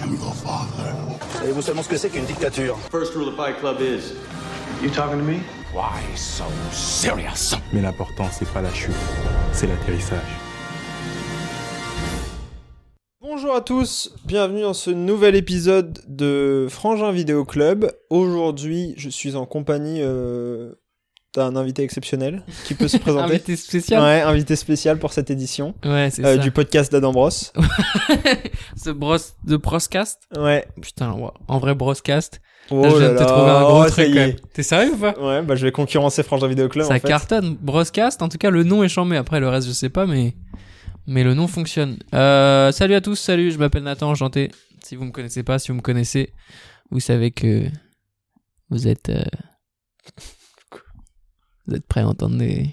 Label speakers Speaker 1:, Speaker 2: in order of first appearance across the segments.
Speaker 1: to the Father.
Speaker 2: Savez-vous seulement ce que c'est qu'une dictature
Speaker 3: First rule of Fight Club is You talking to me?
Speaker 1: Why so serious?
Speaker 4: Mais l'important, c'est pas la chute, c'est l'atterrissage.
Speaker 5: Bonjour à tous, bienvenue dans ce nouvel épisode de Frangin Vidéo Club. Aujourd'hui, je suis en compagnie euh, d'un invité exceptionnel qui peut se présenter.
Speaker 6: Invité spécial.
Speaker 5: Ouais, invité spécial pour cette édition
Speaker 6: Ouais, c'est
Speaker 5: euh,
Speaker 6: ça.
Speaker 5: du podcast d'Adam Bross.
Speaker 6: Ce bros de broscast.
Speaker 5: Ouais.
Speaker 6: Putain, ouais. en vrai broscast.
Speaker 5: Oh
Speaker 6: là, je viens de te trouver un gros
Speaker 5: oh, ça
Speaker 6: truc.
Speaker 5: y
Speaker 6: quand
Speaker 5: est.
Speaker 6: même. T'es sérieux ou pas
Speaker 5: Ouais, bah je vais concurrencer Frangin Vidéo Club
Speaker 6: Ça
Speaker 5: en fait.
Speaker 6: cartonne. Broscast. En tout cas, le nom est chambé. Après, le reste, je sais pas, mais mais le nom fonctionne. Euh, salut à tous. Salut. Je m'appelle Nathan. Enchanté. Si vous me connaissez pas, si vous me connaissez, vous savez que vous êtes euh, vous êtes prêts à entendre des,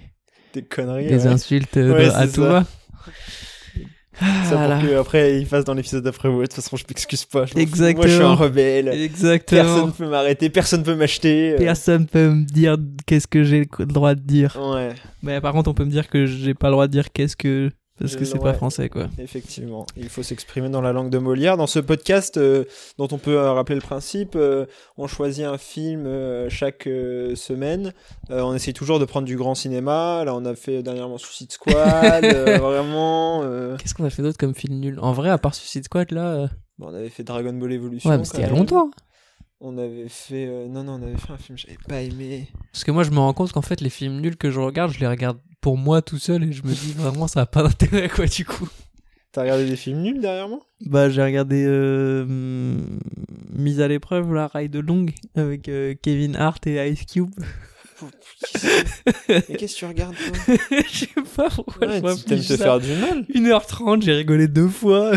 Speaker 5: Des conneries.
Speaker 6: des
Speaker 5: ouais.
Speaker 6: insultes euh,
Speaker 5: Ouais,
Speaker 6: de- à Ah
Speaker 5: c'est
Speaker 6: tout
Speaker 5: ça.
Speaker 6: va.
Speaker 5: Ça pour
Speaker 6: Voilà.
Speaker 5: que après il fasse dans l'épisode d'après vous. De toute façon, je m'excuse pas. je m'en fous. Moi, je suis un
Speaker 6: Exactement.
Speaker 5: rebelle.
Speaker 6: Exactement.
Speaker 5: Personne ne peut m'arrêter, personne ne peut m'acheter. euh.
Speaker 6: Personne peut me dire qu'est-ce que j'ai le droit de dire.
Speaker 5: Ouais,
Speaker 6: Mais par contre, on peut me dire que j'ai pas le droit de dire qu'est-ce que parce que c'est
Speaker 5: Ouais.
Speaker 6: pas français quoi.
Speaker 5: effectivement. Il faut s'exprimer dans la langue de Molière. Dans ce podcast, euh, dont on peut euh, rappeler le principe, euh, on choisit un film euh, chaque euh, semaine. Euh, on essaie toujours de prendre du grand cinéma. Là, on a fait dernièrement Suicide Squad. euh, vraiment. euh,
Speaker 6: Qu'est-ce qu'on a fait d'autre comme film nul En vrai, à part Suicide Squad là, euh,
Speaker 5: bon, on avait fait Dragon Ball Evolution.
Speaker 6: ouais, mais c'était il y
Speaker 5: quand
Speaker 6: a
Speaker 5: même.
Speaker 6: longtemps. hein.
Speaker 5: On avait fait. euh, Non, non, on avait fait un film que j'avais pas aimé.
Speaker 6: Parce que moi, je me rends compte qu'en fait, les films nuls que je regarde, je les regarde pour moi tout seul et je me dis vraiment ça a pas d'intérêt quoi du coup.
Speaker 5: T'as regardé des films nuls dernièrement
Speaker 6: Bah, j'ai regardé euh, Mise à l'épreuve la Ride Long avec euh, Kevin Hart et Ice Cube.
Speaker 5: Mais qu'est-ce que tu regardes toi
Speaker 6: je sais pas pourquoi
Speaker 5: Ouais,
Speaker 6: je vois
Speaker 5: Tu t'aimes
Speaker 6: plus
Speaker 5: te faire du mal
Speaker 6: 1h30, j'ai rigolé deux fois.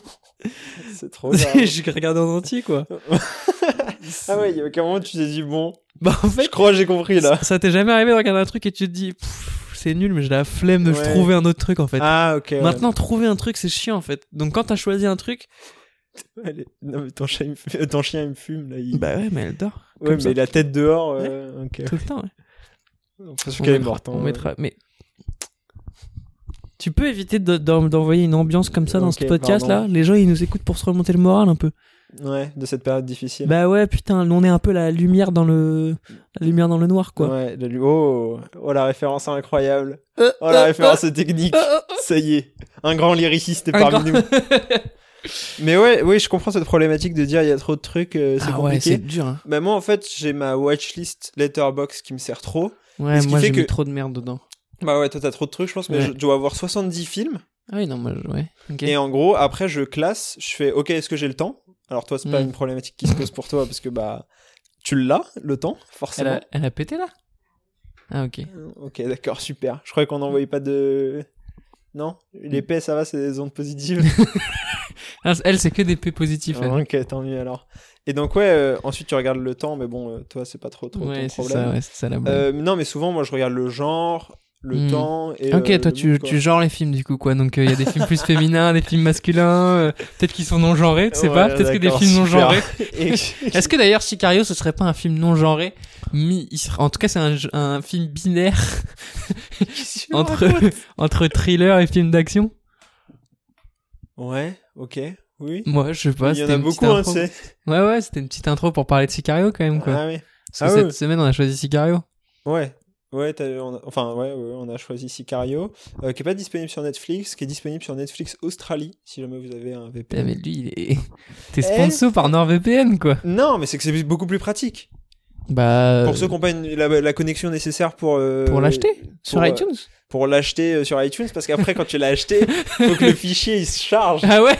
Speaker 5: C'est trop grave.
Speaker 6: j'ai regardé en entier, quoi.
Speaker 5: ah ouais, il y a aucun moment où tu t'es dit bon.
Speaker 6: Bah, en
Speaker 5: Je
Speaker 6: fait,
Speaker 5: crois que j'ai compris là.
Speaker 6: ça t'est jamais arrivé de regarder un truc et tu te dis, Pff, c'est nul, mais j'ai la flemme de
Speaker 5: Ouais.
Speaker 6: trouver un autre truc, en fait.
Speaker 5: Ah ok. ouais.
Speaker 6: Maintenant, trouver un truc, c'est chiant, en fait. Donc, quand t'as choisi un truc,
Speaker 5: Allez. Non mais ton chien, il me fume, euh, ton chien, il me fume là. Il...
Speaker 6: bah ouais, mais elle dort.
Speaker 5: ouais,
Speaker 6: comme
Speaker 5: mais
Speaker 6: ça.
Speaker 5: la tête dehors. euh, Ok.
Speaker 6: Tout le temps, ouais.
Speaker 5: J'ai l'impression
Speaker 6: On
Speaker 5: qu'elle est
Speaker 6: mettra-
Speaker 5: morte. hein.
Speaker 6: on mettra- Mais. Tu peux éviter de- d'en- d'envoyer une ambiance comme ça dans
Speaker 5: Ok,
Speaker 6: ce podcast là
Speaker 5: pardon.
Speaker 6: Les gens ils nous écoutent pour se remonter le moral un peu.
Speaker 5: Ouais, de cette période difficile.
Speaker 6: Bah ouais, putain, on est un peu la lumière dans le la lumière dans le noir quoi.
Speaker 5: Ouais, la lu- oh, oh la référence incroyable. Oh la référence technique.
Speaker 6: Ah
Speaker 5: Ça y est, un grand lyriciste est
Speaker 6: Un
Speaker 5: parmi
Speaker 6: grand-
Speaker 5: nous. Mais ouais, oui, je comprends cette problématique de dire il y a trop de trucs, euh, c'est
Speaker 6: ah ouais,
Speaker 5: compliqué.
Speaker 6: c'est dur. hein.
Speaker 5: bah moi en fait j'ai ma watchlist Letterbox qui me sert trop. Mais
Speaker 6: Ouais,
Speaker 5: ce qui
Speaker 6: moi
Speaker 5: fait
Speaker 6: j'ai
Speaker 5: que-
Speaker 6: mis trop de merde dedans.
Speaker 5: Bah ouais toi t'as trop de trucs je pense mais
Speaker 6: Ouais.
Speaker 5: je dois avoir 70 films
Speaker 6: Ah oui, non, moi, je- ouais. Ok.
Speaker 5: et en gros après je classe, je fais ok est-ce que j'ai le temps Alors toi c'est pas
Speaker 6: Mm.
Speaker 5: une problématique qui se pose pour toi parce que bah tu l'as le temps
Speaker 6: elle,
Speaker 5: forcément.
Speaker 6: a, elle a pété là Ah ok.
Speaker 5: Ok d'accord super. Je croyais qu'on n'envoyait pas de... Non Les
Speaker 6: Hmm.
Speaker 5: P ça va c'est des ondes positives.
Speaker 6: Ah, Elle, c'est que des P positifs. elle.
Speaker 5: Ah, ok tant mieux alors. Et donc ouais euh, ensuite tu regardes le temps mais bon euh, toi c'est pas trop, trop
Speaker 6: ouais,
Speaker 5: ton
Speaker 6: c'est
Speaker 5: problème.
Speaker 6: ça, ouais, c'est ça la blague.
Speaker 5: Euh, non mais souvent moi je regarde le genre, le
Speaker 6: Mm.
Speaker 5: temps et...
Speaker 6: ok,
Speaker 5: euh,
Speaker 6: toi,
Speaker 5: le
Speaker 6: tu,
Speaker 5: mood, quoi.
Speaker 6: tu genres les films du coup, quoi. Donc, euh, il y a des films plus féminins, des films masculins, euh, peut-être qu'ils sont non genrés, tu sais
Speaker 5: Ouais,
Speaker 6: pas. Peut-être que des
Speaker 5: d'accord,
Speaker 6: films non
Speaker 5: super.
Speaker 6: genrés.
Speaker 5: Et-
Speaker 6: Est-ce que d'ailleurs, Sicario, ce serait pas un film non genré mi- il serait- En tout cas, c'est un, un film binaire entre, entre thriller et film d'action.
Speaker 5: Ouais, ok, oui.
Speaker 6: Moi, je sais pas.
Speaker 5: Il y en
Speaker 6: c'était
Speaker 5: a
Speaker 6: une petite
Speaker 5: beaucoup, hein,
Speaker 6: intro.
Speaker 5: tu sais.
Speaker 6: Ouais, ouais, c'était une petite intro pour parler de Sicario quand même, quoi.
Speaker 5: Ah oui.
Speaker 6: Parce que
Speaker 5: Ah
Speaker 6: cette
Speaker 5: ouais.
Speaker 6: semaine, on a choisi Sicario.
Speaker 5: Ouais. Ouais, t'as- on a- enfin, ouais, ouais, on a choisi Sicario, euh, qui est pas disponible sur Netflix, qui est disponible sur Netflix Australie, si jamais vous avez un
Speaker 6: Putain,
Speaker 5: VPN.
Speaker 6: mais lui, il est. Eh T'es sponsor par NordVPN, quoi.
Speaker 5: Non, mais c'est que c'est beaucoup plus pratique.
Speaker 6: Bah.
Speaker 5: Pour ceux qui n'ont pas une- la, la connexion nécessaire pour... euh,
Speaker 6: Pour l'acheter Sur
Speaker 5: euh,
Speaker 6: iTunes
Speaker 5: Pour l'acheter euh, sur iTunes, parce qu'après, quand tu l'as acheté, faut que le fichier, il se charge.
Speaker 6: Ah ouais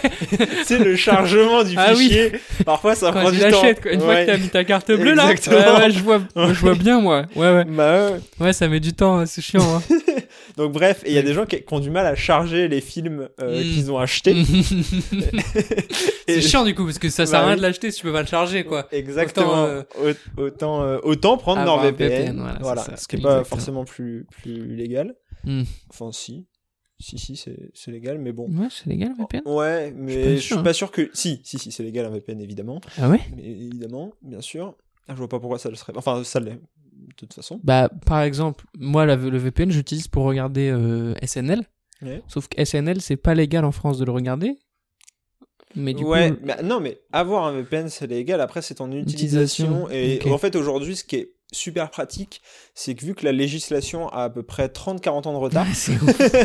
Speaker 5: c'est le chargement du
Speaker 6: Ah oui.
Speaker 5: fichier. Parfois, ça prend
Speaker 6: Quand tu
Speaker 5: du temps.
Speaker 6: l'achètes, quoi. Une fois que
Speaker 5: Ouais.
Speaker 6: t'as mis ta carte bleue, là.
Speaker 5: Exactement.
Speaker 6: Ouais, ouais, je vois, je vois bien, moi. Ouais, ouais.
Speaker 5: Bah ouais.
Speaker 6: Ouais, ça met du temps, hein, c'est chiant, hein.
Speaker 5: Donc bref, et il y a des gens qui, qui ont du mal à charger les films euh,
Speaker 6: Mm.
Speaker 5: qu'ils ont achetés.
Speaker 6: c'est
Speaker 5: Et-
Speaker 6: chiant, du coup, parce que ça sert
Speaker 5: Bah
Speaker 6: à rien
Speaker 5: oui.
Speaker 6: de l'acheter si tu peux pas le charger, quoi.
Speaker 5: Exactement.
Speaker 6: Autant, euh,
Speaker 5: Au- autant, euh, autant prendre
Speaker 6: avoir un
Speaker 5: NordVPN.
Speaker 6: VPN, voilà,
Speaker 5: Voilà,
Speaker 6: c'est ça.
Speaker 5: ce qui est pas
Speaker 6: Exactement.
Speaker 5: forcément plus, plus légal.
Speaker 6: Mm.
Speaker 5: Enfin, si. Si, si, c'est c'est légal, mais bon.
Speaker 6: Ouais, c'est légal, VPN.
Speaker 5: Ouais, mais
Speaker 6: pas
Speaker 5: je
Speaker 6: sûr,
Speaker 5: suis
Speaker 6: hein.
Speaker 5: pas sûr que. Si, si, si, c'est légal un VPN, évidemment.
Speaker 6: Ah ouais
Speaker 5: Mais évidemment, bien sûr. Ah, je vois pas pourquoi ça le serait. Enfin, ça l'est, de toute façon.
Speaker 6: Bah, par exemple, moi, la- le VPN, j'utilise pour regarder euh, SNL.
Speaker 5: Ouais.
Speaker 6: Sauf que SNL, c'est pas légal en France de le regarder. Mais du
Speaker 5: ouais,
Speaker 6: coup,
Speaker 5: mais- non, mais avoir un VPN, c'est légal. Après, c'est ton utilisation.
Speaker 6: Utilisation,
Speaker 5: Et
Speaker 6: ok.
Speaker 5: en fait, aujourd'hui, ce qui est super pratique, c'est que vu que la législation a à peu près 30-40 ans de retard,
Speaker 6: c'est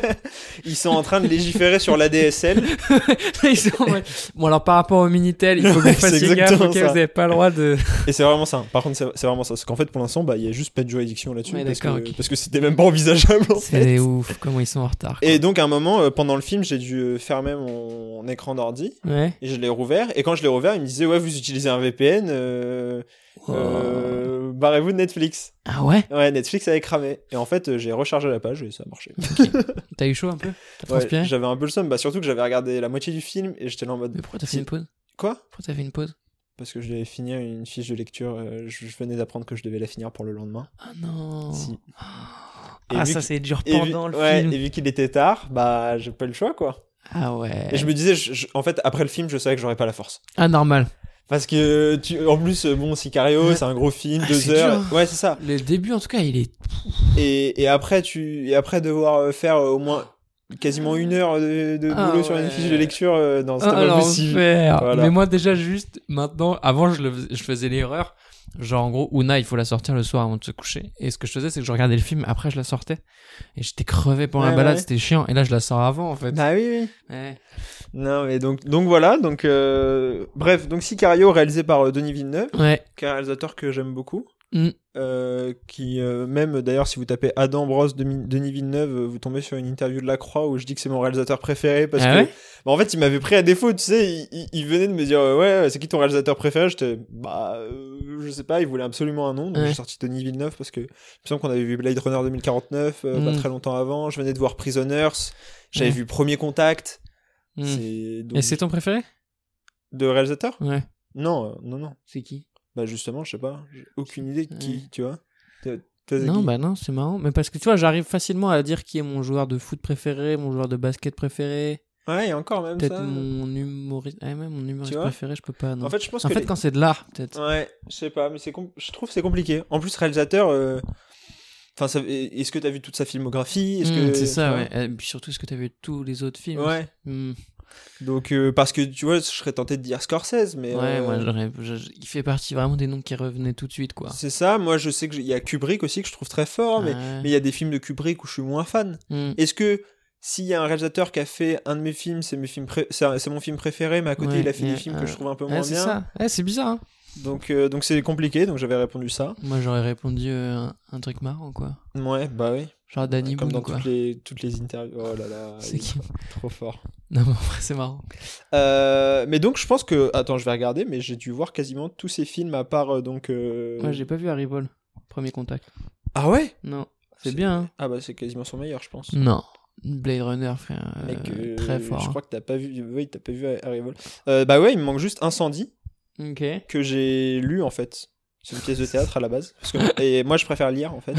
Speaker 5: ils sont en train de légiférer sur l'ADSL.
Speaker 6: Ils sont en mode, Bon, alors par rapport au Minitel, il faut que
Speaker 5: Ouais,
Speaker 6: vous fassiez
Speaker 5: c'est
Speaker 6: gaffe,
Speaker 5: exactement
Speaker 6: ok, vous
Speaker 5: ça.
Speaker 6: n'avez pas le droit de.
Speaker 5: Et c'est vraiment ça. Par contre, c'est c'est vraiment ça. Parce qu'en fait, pour l'instant, bah, il y a juste pas de juridiction là-dessus.
Speaker 6: Ouais,
Speaker 5: parce, que,
Speaker 6: d'accord, ok.
Speaker 5: parce que c'était même pas envisageable. En fait.
Speaker 6: C'est ouf, comment ils sont en retard.
Speaker 5: Et donc, à un moment, euh, pendant le film, j'ai dû euh, fermer mon écran d'ordi.
Speaker 6: Ouais.
Speaker 5: Et je l'ai rouvert. Et quand je l'ai rouvert, il me disait Ouais, vous utilisez un VPN, euh, euh, barrez-vous de Netflix.
Speaker 6: Ah ouais
Speaker 5: Ouais, Netflix avait cramé. Et en fait, euh, j'ai rechargé la page et ça a marché.
Speaker 6: T'as eu chaud un peu T'as
Speaker 5: Ouais,
Speaker 6: transpiré
Speaker 5: j'avais un peu le seum. Bah, surtout que j'avais regardé la moitié du film et j'étais là en mode
Speaker 6: Mais pourquoi t'as fait une pause
Speaker 5: Quoi
Speaker 6: Pourquoi t'as fait une pause
Speaker 5: Parce que je devais finir une fiche de lecture. euh, je je venais d'apprendre que je devais la finir pour le lendemain.
Speaker 6: Ah non
Speaker 5: Si. Et
Speaker 6: Ah
Speaker 5: vu
Speaker 6: ça
Speaker 5: que-
Speaker 6: c'est dur
Speaker 5: Et vu-
Speaker 6: pendant le
Speaker 5: ouais,
Speaker 6: film
Speaker 5: et vu qu'il était tard, bah j'ai pas eu le choix quoi.
Speaker 6: Ah ouais
Speaker 5: Et je me disais, je- je- en fait, après le film, je savais que j'aurais pas la force.
Speaker 6: Ah normal
Speaker 5: Parce que, tu, en plus, euh, bon, Sicario,
Speaker 6: Ouais.
Speaker 5: c'est un gros film,
Speaker 6: Ah,
Speaker 5: deux
Speaker 6: c'est
Speaker 5: heures.
Speaker 6: dur.
Speaker 5: Ouais, c'est ça.
Speaker 6: Le début en tout cas il est...
Speaker 5: Et, et après, tu, et après devoir euh, faire euh, au moins quasiment une heure de, de
Speaker 6: Ah,
Speaker 5: boulot sur
Speaker 6: ouais.
Speaker 5: une fiche de lecture, euh, non, c'était
Speaker 6: Ah,
Speaker 5: pas
Speaker 6: l'enfer.
Speaker 5: possible. Voilà.
Speaker 6: Mais moi déjà juste maintenant, avant je, le fais- je faisais l'erreur, genre en gros Una il faut la sortir le soir avant de se coucher. Et ce que je faisais c'est que je regardais le film, après je la sortais. Et j'étais crevé pendant
Speaker 5: Ouais,
Speaker 6: la balade,
Speaker 5: ouais.
Speaker 6: c'était chiant. Et là je la sors avant en fait.
Speaker 5: Bah oui, oui.
Speaker 6: Ouais.
Speaker 5: Non, mais donc, donc voilà. Donc, euh, bref, donc Sicario, réalisé par euh, Denis Villeneuve,
Speaker 6: Ouais.
Speaker 5: qui est un réalisateur que j'aime beaucoup.
Speaker 6: Mm.
Speaker 5: Euh, qui euh, même d'ailleurs si vous tapez Adam Bros Demi- Denis Villeneuve euh, vous tombez sur une interview de la Croix où je dis que c'est mon réalisateur préféré parce
Speaker 6: Ah
Speaker 5: que
Speaker 6: ouais
Speaker 5: Bah, en fait il m'avait pris à défaut tu sais il, il- il venait de me dire euh, ouais c'est qui ton réalisateur préféré j'étais bah euh, je sais pas il voulait absolument un nom donc
Speaker 6: Ouais.
Speaker 5: j'ai sorti Denis Villeneuve parce que il me semble qu'on avait vu Blade Runner 2049 euh,
Speaker 6: Mm.
Speaker 5: pas très longtemps avant je venais de voir Prisoners j'avais
Speaker 6: Ouais.
Speaker 5: vu Premier Contact
Speaker 6: Mm.
Speaker 5: c'est donc-
Speaker 6: Et c'est ton préféré
Speaker 5: de réalisateur
Speaker 6: Ouais.
Speaker 5: non euh, non non
Speaker 6: C'est qui
Speaker 5: bah justement je sais pas j'ai aucune idée de qui tu vois T'as- t'as-
Speaker 6: Non,
Speaker 5: qui
Speaker 6: bah non, c'est marrant. Mais parce que tu vois, j'arrive facilement à dire qui est mon joueur de foot préféré, mon joueur de basket préféré,
Speaker 5: ouais et encore même
Speaker 6: peut-être
Speaker 5: ça
Speaker 6: mon humoriste. Ah, même mon humoriste
Speaker 5: vois
Speaker 6: préféré, je peux pas. Non.
Speaker 5: en fait je pense
Speaker 6: En
Speaker 5: que
Speaker 6: fait,
Speaker 5: les-
Speaker 6: quand c'est de l'art, peut-être.
Speaker 5: Ouais, je sais pas, mais c'est com- je trouve que c'est compliqué. En plus, réalisateur, euh, enfin, ça- est-ce que t'as vu toute sa filmographie Est-ce
Speaker 6: Hmm,
Speaker 5: que
Speaker 6: c'est ça,
Speaker 5: tu vois
Speaker 6: ouais. Et puis surtout, est-ce que t'as vu tous les autres films
Speaker 5: Ouais.
Speaker 6: aussi Hmm.
Speaker 5: Donc, euh, parce que tu vois, je serais tenté de dire Scorsese, mais
Speaker 6: Ouais,
Speaker 5: euh,
Speaker 6: moi, j'aurais- je- je- il fait partie vraiment des noms qui revenaient tout de suite, quoi.
Speaker 5: c'est ça. Moi, je sais qu'il y a Kubrick aussi que je trouve très fort, mais
Speaker 6: Ah Ouais.
Speaker 5: mais il y a des films de Kubrick où je suis moins fan.
Speaker 6: Hmm.
Speaker 5: Est-ce que s'il y a un réalisateur qui a fait un de mes films, c'est mes films, pré- c'est un- c'est mon film préféré, mais à côté
Speaker 6: Ouais,
Speaker 5: il a fait
Speaker 6: et,
Speaker 5: des films que je
Speaker 6: euh,
Speaker 5: trouve un peu
Speaker 6: Ouais,
Speaker 5: moins
Speaker 6: c'est
Speaker 5: bien.
Speaker 6: ça. Ouais, c'est bizarre. hein.
Speaker 5: Donc, euh, donc c'est compliqué. Donc j'avais répondu ça.
Speaker 6: Moi, j'aurais répondu euh, un, un truc marrant, quoi.
Speaker 5: Ouais, bah oui.
Speaker 6: Genre Danny
Speaker 5: Comme dans
Speaker 6: Boone, quoi.
Speaker 5: toutes les toutes les interviews. Oh là là,
Speaker 6: C'est
Speaker 5: il est
Speaker 6: qui
Speaker 5: trop fort.
Speaker 6: Non, mais en vrai, c'est marrant.
Speaker 5: Euh, mais donc je pense que attends je vais regarder mais j'ai dû voir quasiment tous ces films à part euh, donc euh,
Speaker 6: Moi, j'ai pas vu Harry Potter, premier contact.
Speaker 5: ah ouais
Speaker 6: Non. C'est bien, hein.
Speaker 5: ah bah c'est quasiment son meilleur je pense
Speaker 6: Non. Blade Runner, frère. euh,
Speaker 5: Mec, Mm, euh,
Speaker 6: très fort.
Speaker 5: je
Speaker 6: hein.
Speaker 5: crois que t'as pas vu oui t'as pas vu Harry Vol- Euh, bah ouais il me manque juste Incendie
Speaker 6: Ok.
Speaker 5: que j'ai lu en fait c'est une pièce de théâtre à la base parce que- et moi je préfère lire en fait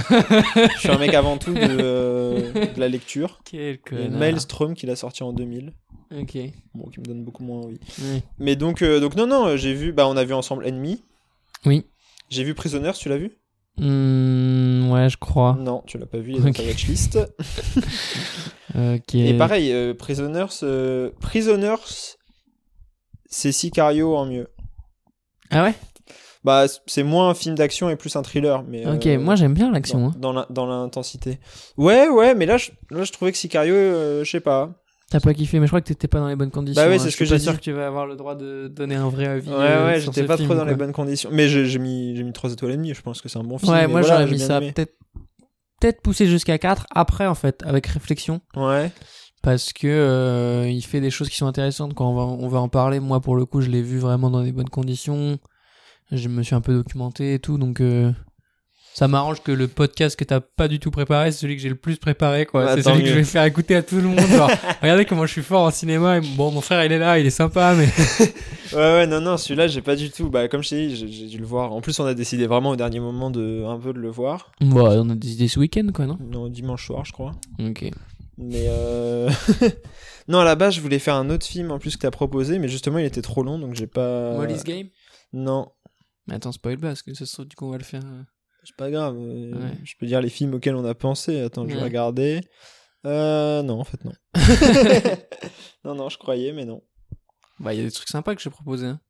Speaker 5: je suis un mec avant tout de, euh, de la lecture
Speaker 6: Quel
Speaker 5: Il y a
Speaker 6: connard.
Speaker 5: Maelstrom qui l'a sorti en 2000
Speaker 6: Ok.
Speaker 5: bon qui me donne beaucoup moins envie
Speaker 6: Oui.
Speaker 5: mais donc euh, donc non non j'ai vu bah on a vu ensemble Ennemi
Speaker 6: Oui.
Speaker 5: j'ai vu Prisoners tu l'as vu
Speaker 6: Hmm, ouais, je crois.
Speaker 5: Non, tu l'as pas vu, il est dans ta
Speaker 6: Ok.
Speaker 5: watchlist.
Speaker 6: Ok.
Speaker 5: Et pareil, euh, Prisoners, euh, Prisoners, c'est Sicario en mieux.
Speaker 6: Ah ouais
Speaker 5: Bah, c'est moins un film d'action et plus un thriller, mais.
Speaker 6: Ok,
Speaker 5: euh,
Speaker 6: moi j'aime bien l'action.
Speaker 5: dans,
Speaker 6: hein.
Speaker 5: dans la- dans l'intensité. Ouais, ouais, mais là, je, là, je trouvais que Sicario, euh, je sais pas.
Speaker 6: T'as pas kiffé, mais je crois que t'étais pas dans les bonnes conditions.
Speaker 5: Bah ouais,
Speaker 6: hein.
Speaker 5: c'est
Speaker 6: Je
Speaker 5: ce que
Speaker 6: suis pas
Speaker 5: j'ai
Speaker 6: sûr
Speaker 5: dit.
Speaker 6: que tu vas avoir le droit de donner un vrai avis.
Speaker 5: Ouais,
Speaker 6: euh,
Speaker 5: ouais,
Speaker 6: sur
Speaker 5: j'étais
Speaker 6: ce
Speaker 5: pas
Speaker 6: film,
Speaker 5: trop dans les
Speaker 6: quoi.
Speaker 5: bonnes conditions. Mais j'ai j'ai mis, j'ai mis 3 étoiles et demie, je pense que c'est un bon film.
Speaker 6: Ouais,
Speaker 5: et
Speaker 6: moi
Speaker 5: voilà,
Speaker 6: j'aurais
Speaker 5: j'ai
Speaker 6: mis
Speaker 5: bien
Speaker 6: ça
Speaker 5: aimé.
Speaker 6: peut-être peut-être poussé jusqu'à 4 après en fait avec réflexion
Speaker 5: Ouais,
Speaker 6: parce que euh, il fait des choses qui sont intéressantes quand on va on va en parler moi pour le coup je l'ai vu vraiment dans des bonnes conditions je me suis un peu documenté et tout donc euh, ça m'arrange que le podcast que t'as pas du tout préparé c'est celui que j'ai le plus préparé quoi
Speaker 5: Bah,
Speaker 6: c'est
Speaker 5: tant
Speaker 6: celui que
Speaker 5: mieux.
Speaker 6: je vais faire écouter à tout le monde genre, regardez comment je suis fort en cinéma et bon mon frère il est là il est sympa mais
Speaker 5: ouais, ouais, non, non, celui-là, j'ai pas du tout. Bah, comme je t'ai dit, j'ai- j'ai dû le voir. En plus, on a décidé vraiment au dernier moment de un peu de le voir.
Speaker 6: bon on a des idées ce week-end quoi non
Speaker 5: Non, dimanche soir, je crois.
Speaker 6: ok
Speaker 5: Mais euh... non, à la base, je voulais faire un autre film en plus que t'as proposé, mais justement, il était trop long, donc j'ai pas.
Speaker 6: Molly's Game
Speaker 5: Non,
Speaker 6: mais attends spoil pas parce que ça se trouve du coup on va le faire euh,
Speaker 5: c'est pas grave. euh,
Speaker 6: Ouais.
Speaker 5: Je peux dire les films auxquels on a pensé. Attends, je vais
Speaker 6: Ouais.
Speaker 5: regarder. Euh, non, en fait, non. non, non, je croyais, mais non.
Speaker 6: Bah, il y a des trucs sympas que j'ai proposés. hein.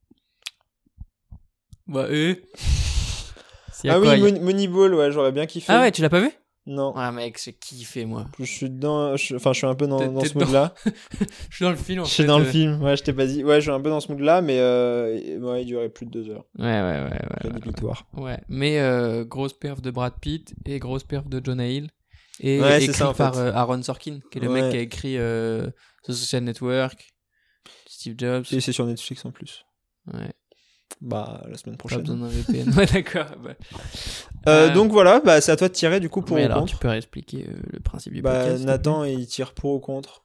Speaker 6: Bah, eh S'il y a
Speaker 5: Ah oui,
Speaker 6: quoi, il y a-
Speaker 5: Mon- Moneyball, ouais, j'aurais bien kiffé.
Speaker 6: Ah ouais, tu l'as pas vu
Speaker 5: Non.
Speaker 6: Ah mec, j'ai kiffé moi.
Speaker 5: Je suis dedans, je- enfin, je suis un peu dans,
Speaker 6: T'es-
Speaker 5: dans
Speaker 6: t'es
Speaker 5: ce mood-là.
Speaker 6: Je suis dans le film en
Speaker 5: Je
Speaker 6: fait.
Speaker 5: suis dans le
Speaker 6: euh.
Speaker 5: film, ouais, je t'ai pas dit. Ouais, je suis un peu dans ce mood-là, mais euh, et- ouais, il durait plus de deux heures.
Speaker 6: Ouais, ouais, ouais, ouais.
Speaker 5: Très débitoire.
Speaker 6: Ouais, mais euh, grosse perf de Brad Pitt et grosse perf de Jonah Hill. Et
Speaker 5: Ouais, c'est
Speaker 6: écrit
Speaker 5: ça, en fait.
Speaker 6: par euh, Aaron Sorkin, qui est le
Speaker 5: Ouais.
Speaker 6: mec qui a écrit euh, The Social Network, Steve Jobs.
Speaker 5: Et c'est sur Netflix en plus.
Speaker 6: Ouais,
Speaker 5: Bah, la semaine
Speaker 6: pas
Speaker 5: prochaine.
Speaker 6: besoin d'un VPN. ouais, d'accord. bah.
Speaker 5: Euh,
Speaker 6: Euh,
Speaker 5: donc voilà, bah, c'est à toi de tirer du coup pour
Speaker 6: mais
Speaker 5: ou
Speaker 6: alors,
Speaker 5: contre.
Speaker 6: tu peux réexpliquer euh, le principe du
Speaker 5: Bah,
Speaker 6: podcast
Speaker 5: Nathan, il tire pour ou contre.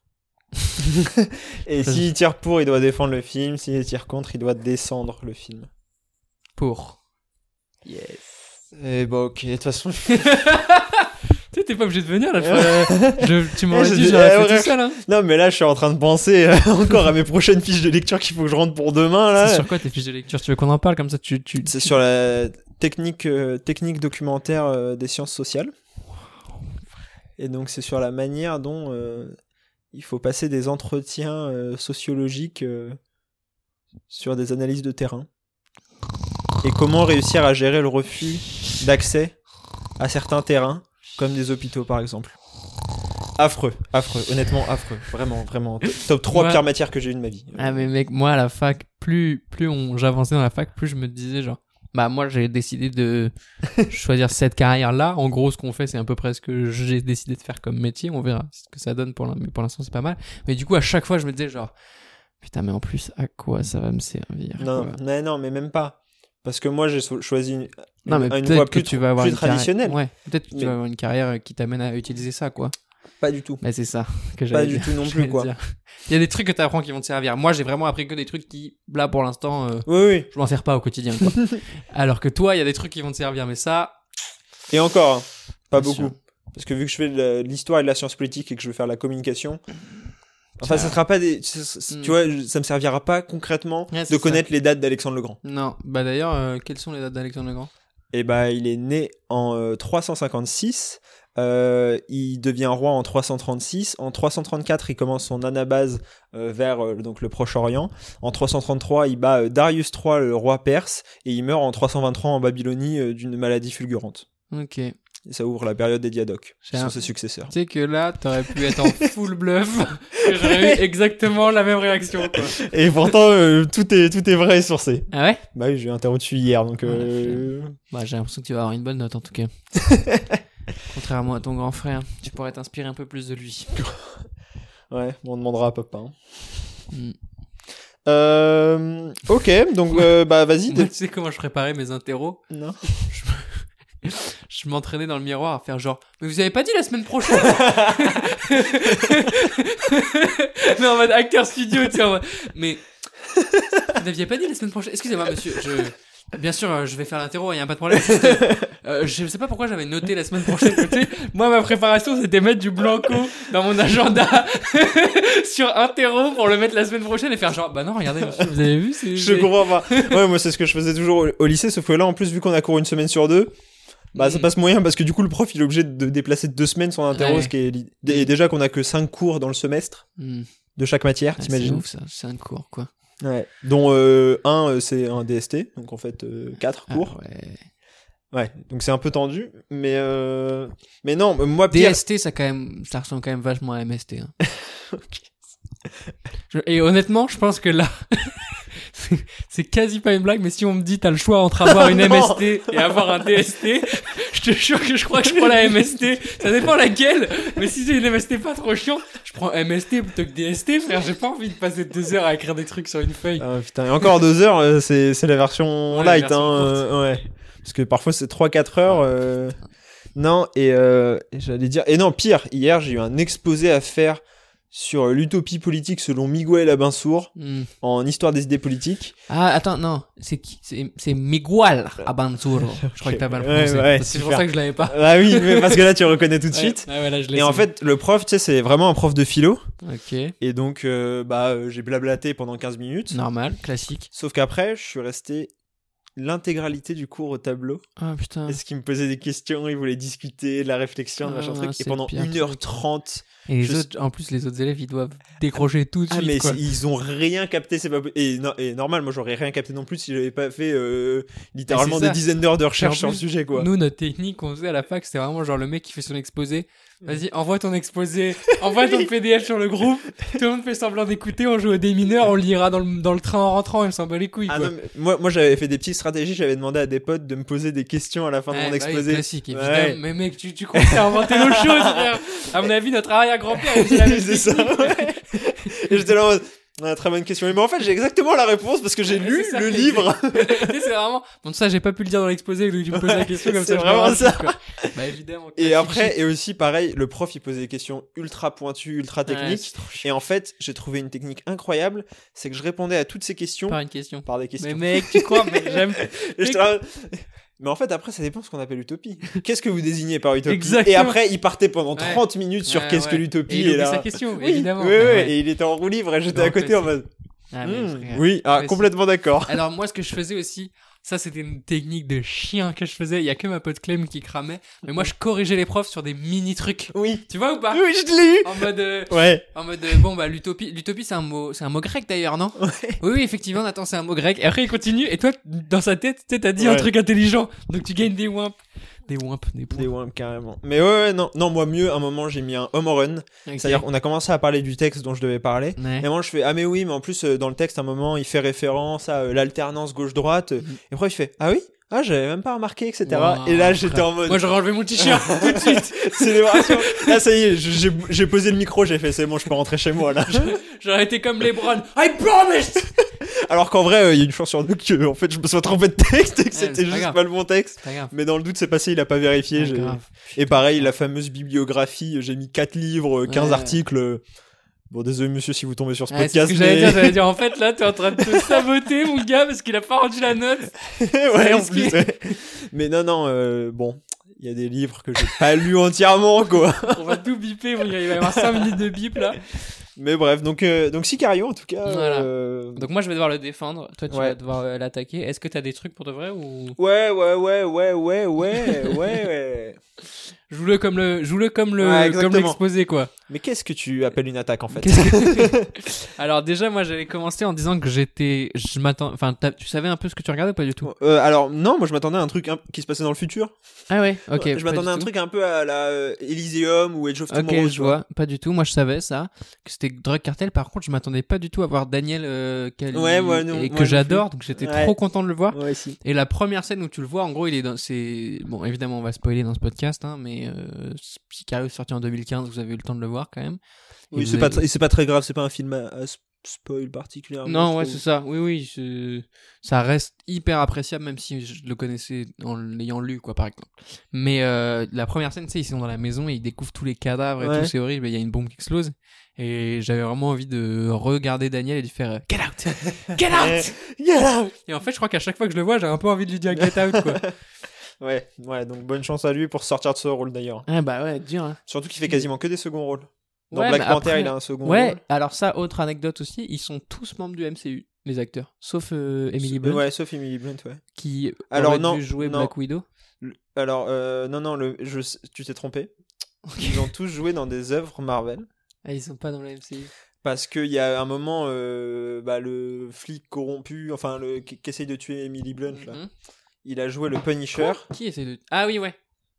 Speaker 5: Et s'il tire pour, il doit défendre le film. S'il tire contre, il doit descendre le film.
Speaker 6: Pour. Yes. Eh
Speaker 5: Et bah, ok, de toute façon.
Speaker 6: Tu sais, t'es pas obligé de venir là. je ferais- je- tu m'aurais
Speaker 5: Eh, je
Speaker 6: dit,
Speaker 5: dis-
Speaker 6: j'aurais
Speaker 5: eh,
Speaker 6: fait
Speaker 5: ouais.
Speaker 6: tout seul. Hein.
Speaker 5: non, mais là, je suis en train de penser euh, encore à mes prochaines fiches de lecture qu'il faut que je rentre pour demain. là.
Speaker 6: C'est sur quoi tes fiches de lecture Tu veux qu'on en parle comme ça tu, tu...
Speaker 5: C'est sur la technique, euh, technique documentaire euh, des sciences sociales. Et donc, c'est sur la manière dont euh, il faut passer des entretiens euh, sociologiques euh, sur des analyses de terrain. Et comment réussir à gérer le refus d'accès à certains terrains, comme des hôpitaux par exemple. Affreux, affreux, honnêtement affreux. Vraiment, vraiment. Top- Top 3
Speaker 6: Ouais.
Speaker 5: pires matières que j'ai eues de ma vie.
Speaker 6: Ah mais mec, moi à la fac, plus plus on j'avançais dans la fac, plus je me disais genre bah moi j'ai décidé de choisir cette carrière là. En gros ce qu'on fait c'est à peu près ce que j'ai décidé de faire comme métier, on verra ce que ça donne pour l'in- mais pour l'instant c'est pas mal. Mais du coup à chaque fois je me disais genre putain mais en plus à quoi ça va me servir
Speaker 5: Non,
Speaker 6: quoi.
Speaker 5: mais non, mais même pas. Parce que moi, j'ai so- choisi une,
Speaker 6: Non, mais
Speaker 5: à une
Speaker 6: peut-être
Speaker 5: voie
Speaker 6: que
Speaker 5: plus
Speaker 6: tu
Speaker 5: tra-
Speaker 6: vas avoir
Speaker 5: plus
Speaker 6: une carrière-
Speaker 5: traditionnelle.
Speaker 6: Ouais, peut-être que tu
Speaker 5: Mais-
Speaker 6: vas avoir une carrière euh, qui t'amène à utiliser ça quoi.
Speaker 5: Pas du tout.
Speaker 6: Bah c'est ça que j'allais
Speaker 5: du
Speaker 6: dire,
Speaker 5: tout non plus,
Speaker 6: j'allais
Speaker 5: quoi.
Speaker 6: dire. Il y a des trucs que t'apprends qui vont te servir. Moi j'ai vraiment appris que des trucs qui là pour l'instant euh,
Speaker 5: Oui, oui.
Speaker 6: je m'en sers pas au quotidien quoi. alors que toi il y a des trucs qui vont te servir mais ça
Speaker 5: Et encore, hein, pas
Speaker 6: Bien
Speaker 5: beaucoup.
Speaker 6: sûr.
Speaker 5: Parce que vu que je fais de la- de l'histoire et de la science politique et que je veux faire de la communication, enfin, ça sera pas des. c- c-
Speaker 6: Mm.
Speaker 5: Tu vois, je- ça me servira pas concrètement
Speaker 6: Ouais, c'est
Speaker 5: de
Speaker 6: ça.
Speaker 5: connaître les dates d'Alexandre le Grand.
Speaker 6: non bah d'ailleurs euh, quelles sont les dates d'Alexandre le Grand
Speaker 5: Et bah, il est né en euh, 356. euh, il devient roi en 336. En 334, il commence son anabase euh, vers euh, donc le Proche-Orient. En 333, il bat euh, Darius III, le roi perse, et il meurt en 323 en Babylonie euh, d'une maladie fulgurante.
Speaker 6: ok tu
Speaker 5: Et ça ouvre la période des diadoques, qui
Speaker 6: J'ai un-
Speaker 5: sont ses successeurs.
Speaker 6: sais que là t'aurais pu être en full bluff et j'aurais eu exactement la même réaction quoi.
Speaker 5: Et pourtant, euh, tout, est, tout est vrai et sourcé.
Speaker 6: ah ouais
Speaker 5: Bah oui, j'ai eu un terreau dessus hier, donc... euh,
Speaker 6: bah j'ai l'impression que tu vas avoir une bonne note en tout cas contrairement à ton grand frère tu pourrais t'inspirer un peu plus de lui
Speaker 5: Ouais, on demandera à papa. hein.
Speaker 6: Mm.
Speaker 5: Euh, ok, donc euh, bah vas-y.
Speaker 6: Moi,
Speaker 5: t'es-
Speaker 6: tu sais comment je préparais mes interros
Speaker 5: Non.
Speaker 6: je m'entraînais dans le miroir à faire genre mais vous avez pas dit la semaine prochaine non en mode acteur studio tu sais, en mode, mais vous n'aviez pas dit la semaine prochaine excusez-moi monsieur je bien sûr euh, je vais faire l'interro il y a pas de problème Juste, euh, euh, je sais pas pourquoi j'avais noté la semaine prochaine mais tu sais, moi ma préparation c'était mettre du blanco dans mon agenda sur interro pour le mettre la semaine prochaine et faire genre bah non regardez monsieur, vous avez vu c'est
Speaker 5: Je
Speaker 6: c'est-
Speaker 5: comprends pas. Ouais, moi c'est ce que je faisais toujours au, au lycée, sauf que là en plus vu qu'on a cours une semaine sur deux, bah ça
Speaker 6: Mm.
Speaker 5: passe moyen parce que du coup le prof il est obligé de déplacer deux semaines son interro,
Speaker 6: Ouais.
Speaker 5: ce qui est li- et déjà qu'on a que cinq cours dans le semestre
Speaker 6: Hmm.
Speaker 5: de chaque matière,
Speaker 6: Ah, c'est
Speaker 5: t'imagines
Speaker 6: ouf ça c'est un cours quoi
Speaker 5: Ouais. Dont euh, un euh, c'est un DST, donc en fait euh, quatre
Speaker 6: Ah,
Speaker 5: cours.
Speaker 6: ouais.
Speaker 5: ouais. donc c'est un peu tendu, mais euh... mais non, moi pire.
Speaker 6: DST, ça, quand même, ça ressemble quand même vachement à MST. hein. Je- et honnêtement, je pense que là, c'est- c'est quasi pas une blague, mais si on me dit t'as le choix entre avoir une
Speaker 5: Non.
Speaker 6: MST et avoir un DST, je te jure que je crois que je prends la MST. Ça dépend laquelle, mais si c'est une MST pas trop chiant, je prends MST plutôt que DST, frère. J'ai pas envie de passer deux heures à écrire des trucs sur une feuille.
Speaker 5: Ah, putain, et encore deux heures, euh, c'est, c'est la version
Speaker 6: Ouais, la
Speaker 5: light,
Speaker 6: version
Speaker 5: hein, euh, ouais. Parce que parfois c'est 3-4 heures. euh, Non, et, euh, et j'allais dire. Et non, pire, hier j'ai eu un exposé à faire sur euh, l'utopie politique selon Miguel Abinsour
Speaker 6: Hmm.
Speaker 5: en histoire des idées politiques.
Speaker 6: Ah, attends, non, c'est qui C'est c'est Miguel Abanzuro. Je crois que t'as mal
Speaker 5: Ouais,
Speaker 6: prononcé.
Speaker 5: ouais,
Speaker 6: c'est pour
Speaker 5: super.
Speaker 6: ça que je l'avais pas.
Speaker 5: Ah oui, mais parce que là tu reconnais tout de suite.
Speaker 6: Ouais, ouais, là, je l'ai,
Speaker 5: Et en
Speaker 6: c'est
Speaker 5: fait, le prof, tu sais, c'est vraiment un prof de philo.
Speaker 6: bon. Ok.
Speaker 5: Et donc, euh, bah, euh, j'ai blablaté pendant 15 minutes.
Speaker 6: Normal, classique.
Speaker 5: Sauf qu'après, je suis resté l'intégralité du cours au tableau.
Speaker 6: Ah putain.
Speaker 5: Est-ce qu'il me posait des questions, il voulait discuter, de la réflexion, de
Speaker 6: Ah,
Speaker 5: machin truc.
Speaker 6: c'est
Speaker 5: Et pendant
Speaker 6: le pire
Speaker 5: 1h30,
Speaker 6: Et les
Speaker 5: je-
Speaker 6: autres, en plus, les autres élèves, ils doivent décrocher tout de
Speaker 5: ah
Speaker 6: suite.
Speaker 5: mais
Speaker 6: quoi.
Speaker 5: c'est- ils ont rien capté, c'est pas po- et, no- et normal, moi j'aurais rien capté non plus si j'avais pas fait euh, littéralement
Speaker 6: Mais c'est
Speaker 5: des
Speaker 6: ça.
Speaker 5: dizaines d'heures de
Speaker 6: Et en
Speaker 5: recherche sur le
Speaker 6: plus,
Speaker 5: sujet quoi.
Speaker 6: Nous, notre technique qu'on faisait à la fac, c'était vraiment genre le mec qui fait son exposé. Vas-y, envoie ton exposé, envoie ton PDF sur le groupe. Tout le monde fait semblant d'écouter, on joue au démineur, on le lira dans le, dans le train en rentrant, il me s'en bat les couilles.
Speaker 5: Ah
Speaker 6: quoi.
Speaker 5: non, mais moi, moi j'avais fait des petites stratégies, j'avais demandé à des potes de me poser des questions à la fin de
Speaker 6: Ouais,
Speaker 5: mon
Speaker 6: bah oui,
Speaker 5: exposé.
Speaker 6: classique, évidemment.
Speaker 5: Ouais.
Speaker 6: Mais mec, tu, tu crois que t'as inventé nos choses, frère. À mon avis, notre arrière-grand-père, il faisait la même
Speaker 5: C'est ça,
Speaker 6: technique.
Speaker 5: ouais. Et j'étais là en mode, Ah, très bonne question. Mais en fait, j'ai exactement la réponse parce que j'ai
Speaker 6: Ouais,
Speaker 5: lu
Speaker 6: c'est ça,
Speaker 5: le
Speaker 6: c'est-
Speaker 5: livre.
Speaker 6: Tu sais, c'est vraiment. Bon, ça, j'ai pas pu le dire dans l'exposé, vu que tu me poses la question comme
Speaker 5: c'est
Speaker 6: ça. je
Speaker 5: vraiment
Speaker 6: m'en
Speaker 5: ça.
Speaker 6: rappelle, quoi. Bah, évidemment.
Speaker 5: Et après, et aussi pareil, le prof il posait des questions ultra pointues, ultra techniques. et en fait, j'ai trouvé une technique incroyable, c'est que je répondais à toutes ces questions
Speaker 6: Par une question.
Speaker 5: par des questions.
Speaker 6: Mais mec, tu crois, mais j'aime.
Speaker 5: Et j'étais là- Mais en fait, après, ça dépend de ce qu'on appelle utopie. Qu'est-ce que vous désignez par utopie
Speaker 6: Exactement.
Speaker 5: Et après, il partait pendant
Speaker 6: Ouais.
Speaker 5: 30 minutes sur
Speaker 6: Ouais,
Speaker 5: qu'est-ce que
Speaker 6: ouais.
Speaker 5: l'utopie.
Speaker 6: Et il oublie
Speaker 5: là...
Speaker 6: sa question,
Speaker 5: Oui,
Speaker 6: évidemment.
Speaker 5: oui,
Speaker 6: Ouais,
Speaker 5: oui,
Speaker 6: ouais.
Speaker 5: et il était en roue libre et j'étais
Speaker 6: Non,
Speaker 5: à côté en
Speaker 6: mais
Speaker 5: mode.
Speaker 6: Ah, mais
Speaker 5: hmm,
Speaker 6: frère.
Speaker 5: oui, ah,
Speaker 6: Ouais,
Speaker 5: complètement d'accord.
Speaker 6: Alors moi, ce que je faisais aussi, ça c'était une technique de chien que je faisais. Il y a que ma pote Clem qui cramait, mais moi je corrigeais les profs sur des mini trucs.
Speaker 5: Oui,
Speaker 6: Tu vois ou pas
Speaker 5: oui, je l'ai eu.
Speaker 6: En mode, euh,
Speaker 5: Ouais.
Speaker 6: en mode, euh, bon bah l'utopie, l'utopie c'est un mot, c'est un mot grec d'ailleurs, non Oui, oui, effectivement. Attends, c'est un mot grec. Et après il continue. Et toi, dans sa tête, tu sais, t'as dit un
Speaker 5: Ouais.
Speaker 6: truc intelligent, donc tu gagnes des wimps, des wimps, des points.
Speaker 5: Des wimps carrément. Mais ouais, ouais, non, non, moi mieux, à un moment j'ai mis un home run.
Speaker 6: Ok.
Speaker 5: C'est-à-dire, on a commencé à parler du texte dont je devais parler.
Speaker 6: Ouais.
Speaker 5: Et moi, je fais Ah, mais oui, mais en plus, euh, dans le texte, à un moment, il fait référence à euh, l'alternance gauche-droite. euh,
Speaker 6: Mhm.
Speaker 5: Et après, il fait Ah oui Ah, j'avais même pas remarqué, etc.
Speaker 6: Wow,
Speaker 5: et là, j'étais
Speaker 6: frère.
Speaker 5: en mode
Speaker 6: Moi j'aurais enlevé mon t-shirt tout de suite.
Speaker 5: Célébration. Là, ça y est, je- j'ai- j'ai posé le micro, j'ai fait C'est bon, je peux rentrer chez moi, là.
Speaker 6: J'aurais été comme Lebron. I promised.
Speaker 5: Alors qu'en vrai, euh, il y a une chance sur deux que, en fait, je me sois trompé de texte et que
Speaker 6: Ouais, c'est
Speaker 5: c'était
Speaker 6: pas
Speaker 5: juste
Speaker 6: grave.
Speaker 5: pas le bon texte.
Speaker 6: Pas grave.
Speaker 5: Mais dans le doute, c'est passé, il a pas vérifié.
Speaker 6: Pas
Speaker 5: j'ai-
Speaker 6: grave.
Speaker 5: Et pareil, la fameuse bibliographie, euh, j'ai mis 4 livres, 15
Speaker 6: Ouais.
Speaker 5: articles. euh, Bon, désolé, monsieur, si vous tombez sur ce
Speaker 6: Ouais, c'est ce
Speaker 5: podcast.
Speaker 6: que j'allais
Speaker 5: mais-
Speaker 6: dire, j'allais dire en fait là t'es en train de te saboter mon gars parce qu'il a pas rendu la note.
Speaker 5: ouais, en
Speaker 6: risqué.
Speaker 5: plus. ouais. Mais non, non, euh, bon, il y a des livres que j'ai pas lus entièrement, quoi.
Speaker 6: On va tout biper mon gars, il va y avoir 5 minutes de bip là.
Speaker 5: Mais bref, donc, euh, donc Sicario, en tout cas.
Speaker 6: Voilà.
Speaker 5: euh,
Speaker 6: Donc moi je vais devoir le défendre, toi tu
Speaker 5: Ouais.
Speaker 6: vas devoir euh, l'attaquer. Est-ce que t'as des trucs pour de vrai ou
Speaker 5: Ouais, ouais, ouais, ouais, ouais, ouais, ouais, ouais.
Speaker 6: joue-le comme le joue-le comme le
Speaker 5: Ouais,
Speaker 6: comme
Speaker 5: exactement.
Speaker 6: l'exposé quoi.
Speaker 5: Mais qu'est-ce que tu appelles une attaque, en fait
Speaker 6: Qu'est-ce que- Alors déjà moi j'avais commencé en disant que j'étais je m'attends enfin t'as- tu savais un peu ce que tu regardais ou pas du tout.
Speaker 5: Euh, alors non, moi je m'attendais à un truc un- qui se passait dans le futur.
Speaker 6: Ah ouais, OK.
Speaker 5: je m'attendais à un truc un peu à la euh, Elysium ou Age of
Speaker 6: Ok,
Speaker 5: Tomorrow. tu
Speaker 6: je vois. Pas du tout. Moi, je savais ça, que c'était Drug Cartel. Par contre, je m'attendais pas du tout à voir Daniel euh, Cali-
Speaker 5: Ouais, moi non-
Speaker 6: et
Speaker 5: moi
Speaker 6: que
Speaker 5: non
Speaker 6: j'adore. Donc, j'étais
Speaker 5: Ouais.
Speaker 6: trop content de le voir.
Speaker 5: Ouais, si.
Speaker 6: Et la première scène où tu le vois, en gros, il est dans. C'est bon, évidemment, on va spoiler dans ce podcast, hein, mais euh, Sicario est sorti en 2015. Vous avez eu le temps de le voir quand même. Et
Speaker 5: Oui,
Speaker 6: vous
Speaker 5: c'est pas,
Speaker 6: avez-
Speaker 5: tr- c'est pas très grave, c'est pas un film à, à sp- spoil particulièrement.
Speaker 6: Non,
Speaker 5: je
Speaker 6: ouais,
Speaker 5: trouve.
Speaker 6: c'est ça. Oui, oui, je- ça reste hyper appréciable, même si je le connaissais en l'ayant lu, quoi, par exemple. Mais euh, la première scène, tu sais, ils sont dans la maison et ils découvrent tous les cadavres et
Speaker 5: Ouais.
Speaker 6: tout, c'est horrible, et il y a une bombe qui explose. Et j'avais vraiment envie de regarder Daniel et lui faire euh, Get out Get out
Speaker 5: Yeah
Speaker 6: Et en fait, je crois qu'à chaque fois que je le vois, j'ai un peu envie de lui dire Get out, quoi.
Speaker 5: Ouais, ouais, donc bonne chance à lui pour sortir de ce rôle d'ailleurs.
Speaker 6: ah bah ouais, dur, hein.
Speaker 5: Surtout qu'il fait quasiment que des seconds rôles. Dans
Speaker 6: Ouais,
Speaker 5: Black
Speaker 6: mais
Speaker 5: Panther,
Speaker 6: après-
Speaker 5: il a un second
Speaker 6: Ouais,
Speaker 5: rôle.
Speaker 6: alors ça, autre anecdote aussi, ils sont tous membres du MCU, les acteurs, sauf euh, Emily
Speaker 5: S-
Speaker 6: Blunt,
Speaker 5: Ouais, sauf Emily Blunt, ouais.
Speaker 6: qui
Speaker 5: Alors
Speaker 6: aurait
Speaker 5: non,
Speaker 6: dû jouer
Speaker 5: non.
Speaker 6: Black Widow.
Speaker 5: Le- Alors, euh, non, non, le, je, sais- tu t'es trompé. Ils ont tous joué dans des œuvres Marvel.
Speaker 6: Ah, ils sont pas dans le MCU.
Speaker 5: Parce qu'il y a un moment, euh, bah, le flic corrompu, enfin, le, qui, qui essaye de tuer Emily Blunt, là.
Speaker 6: Mhm.
Speaker 5: il a joué le Punisher.
Speaker 6: Qui essaie de. Ah oui, ouais.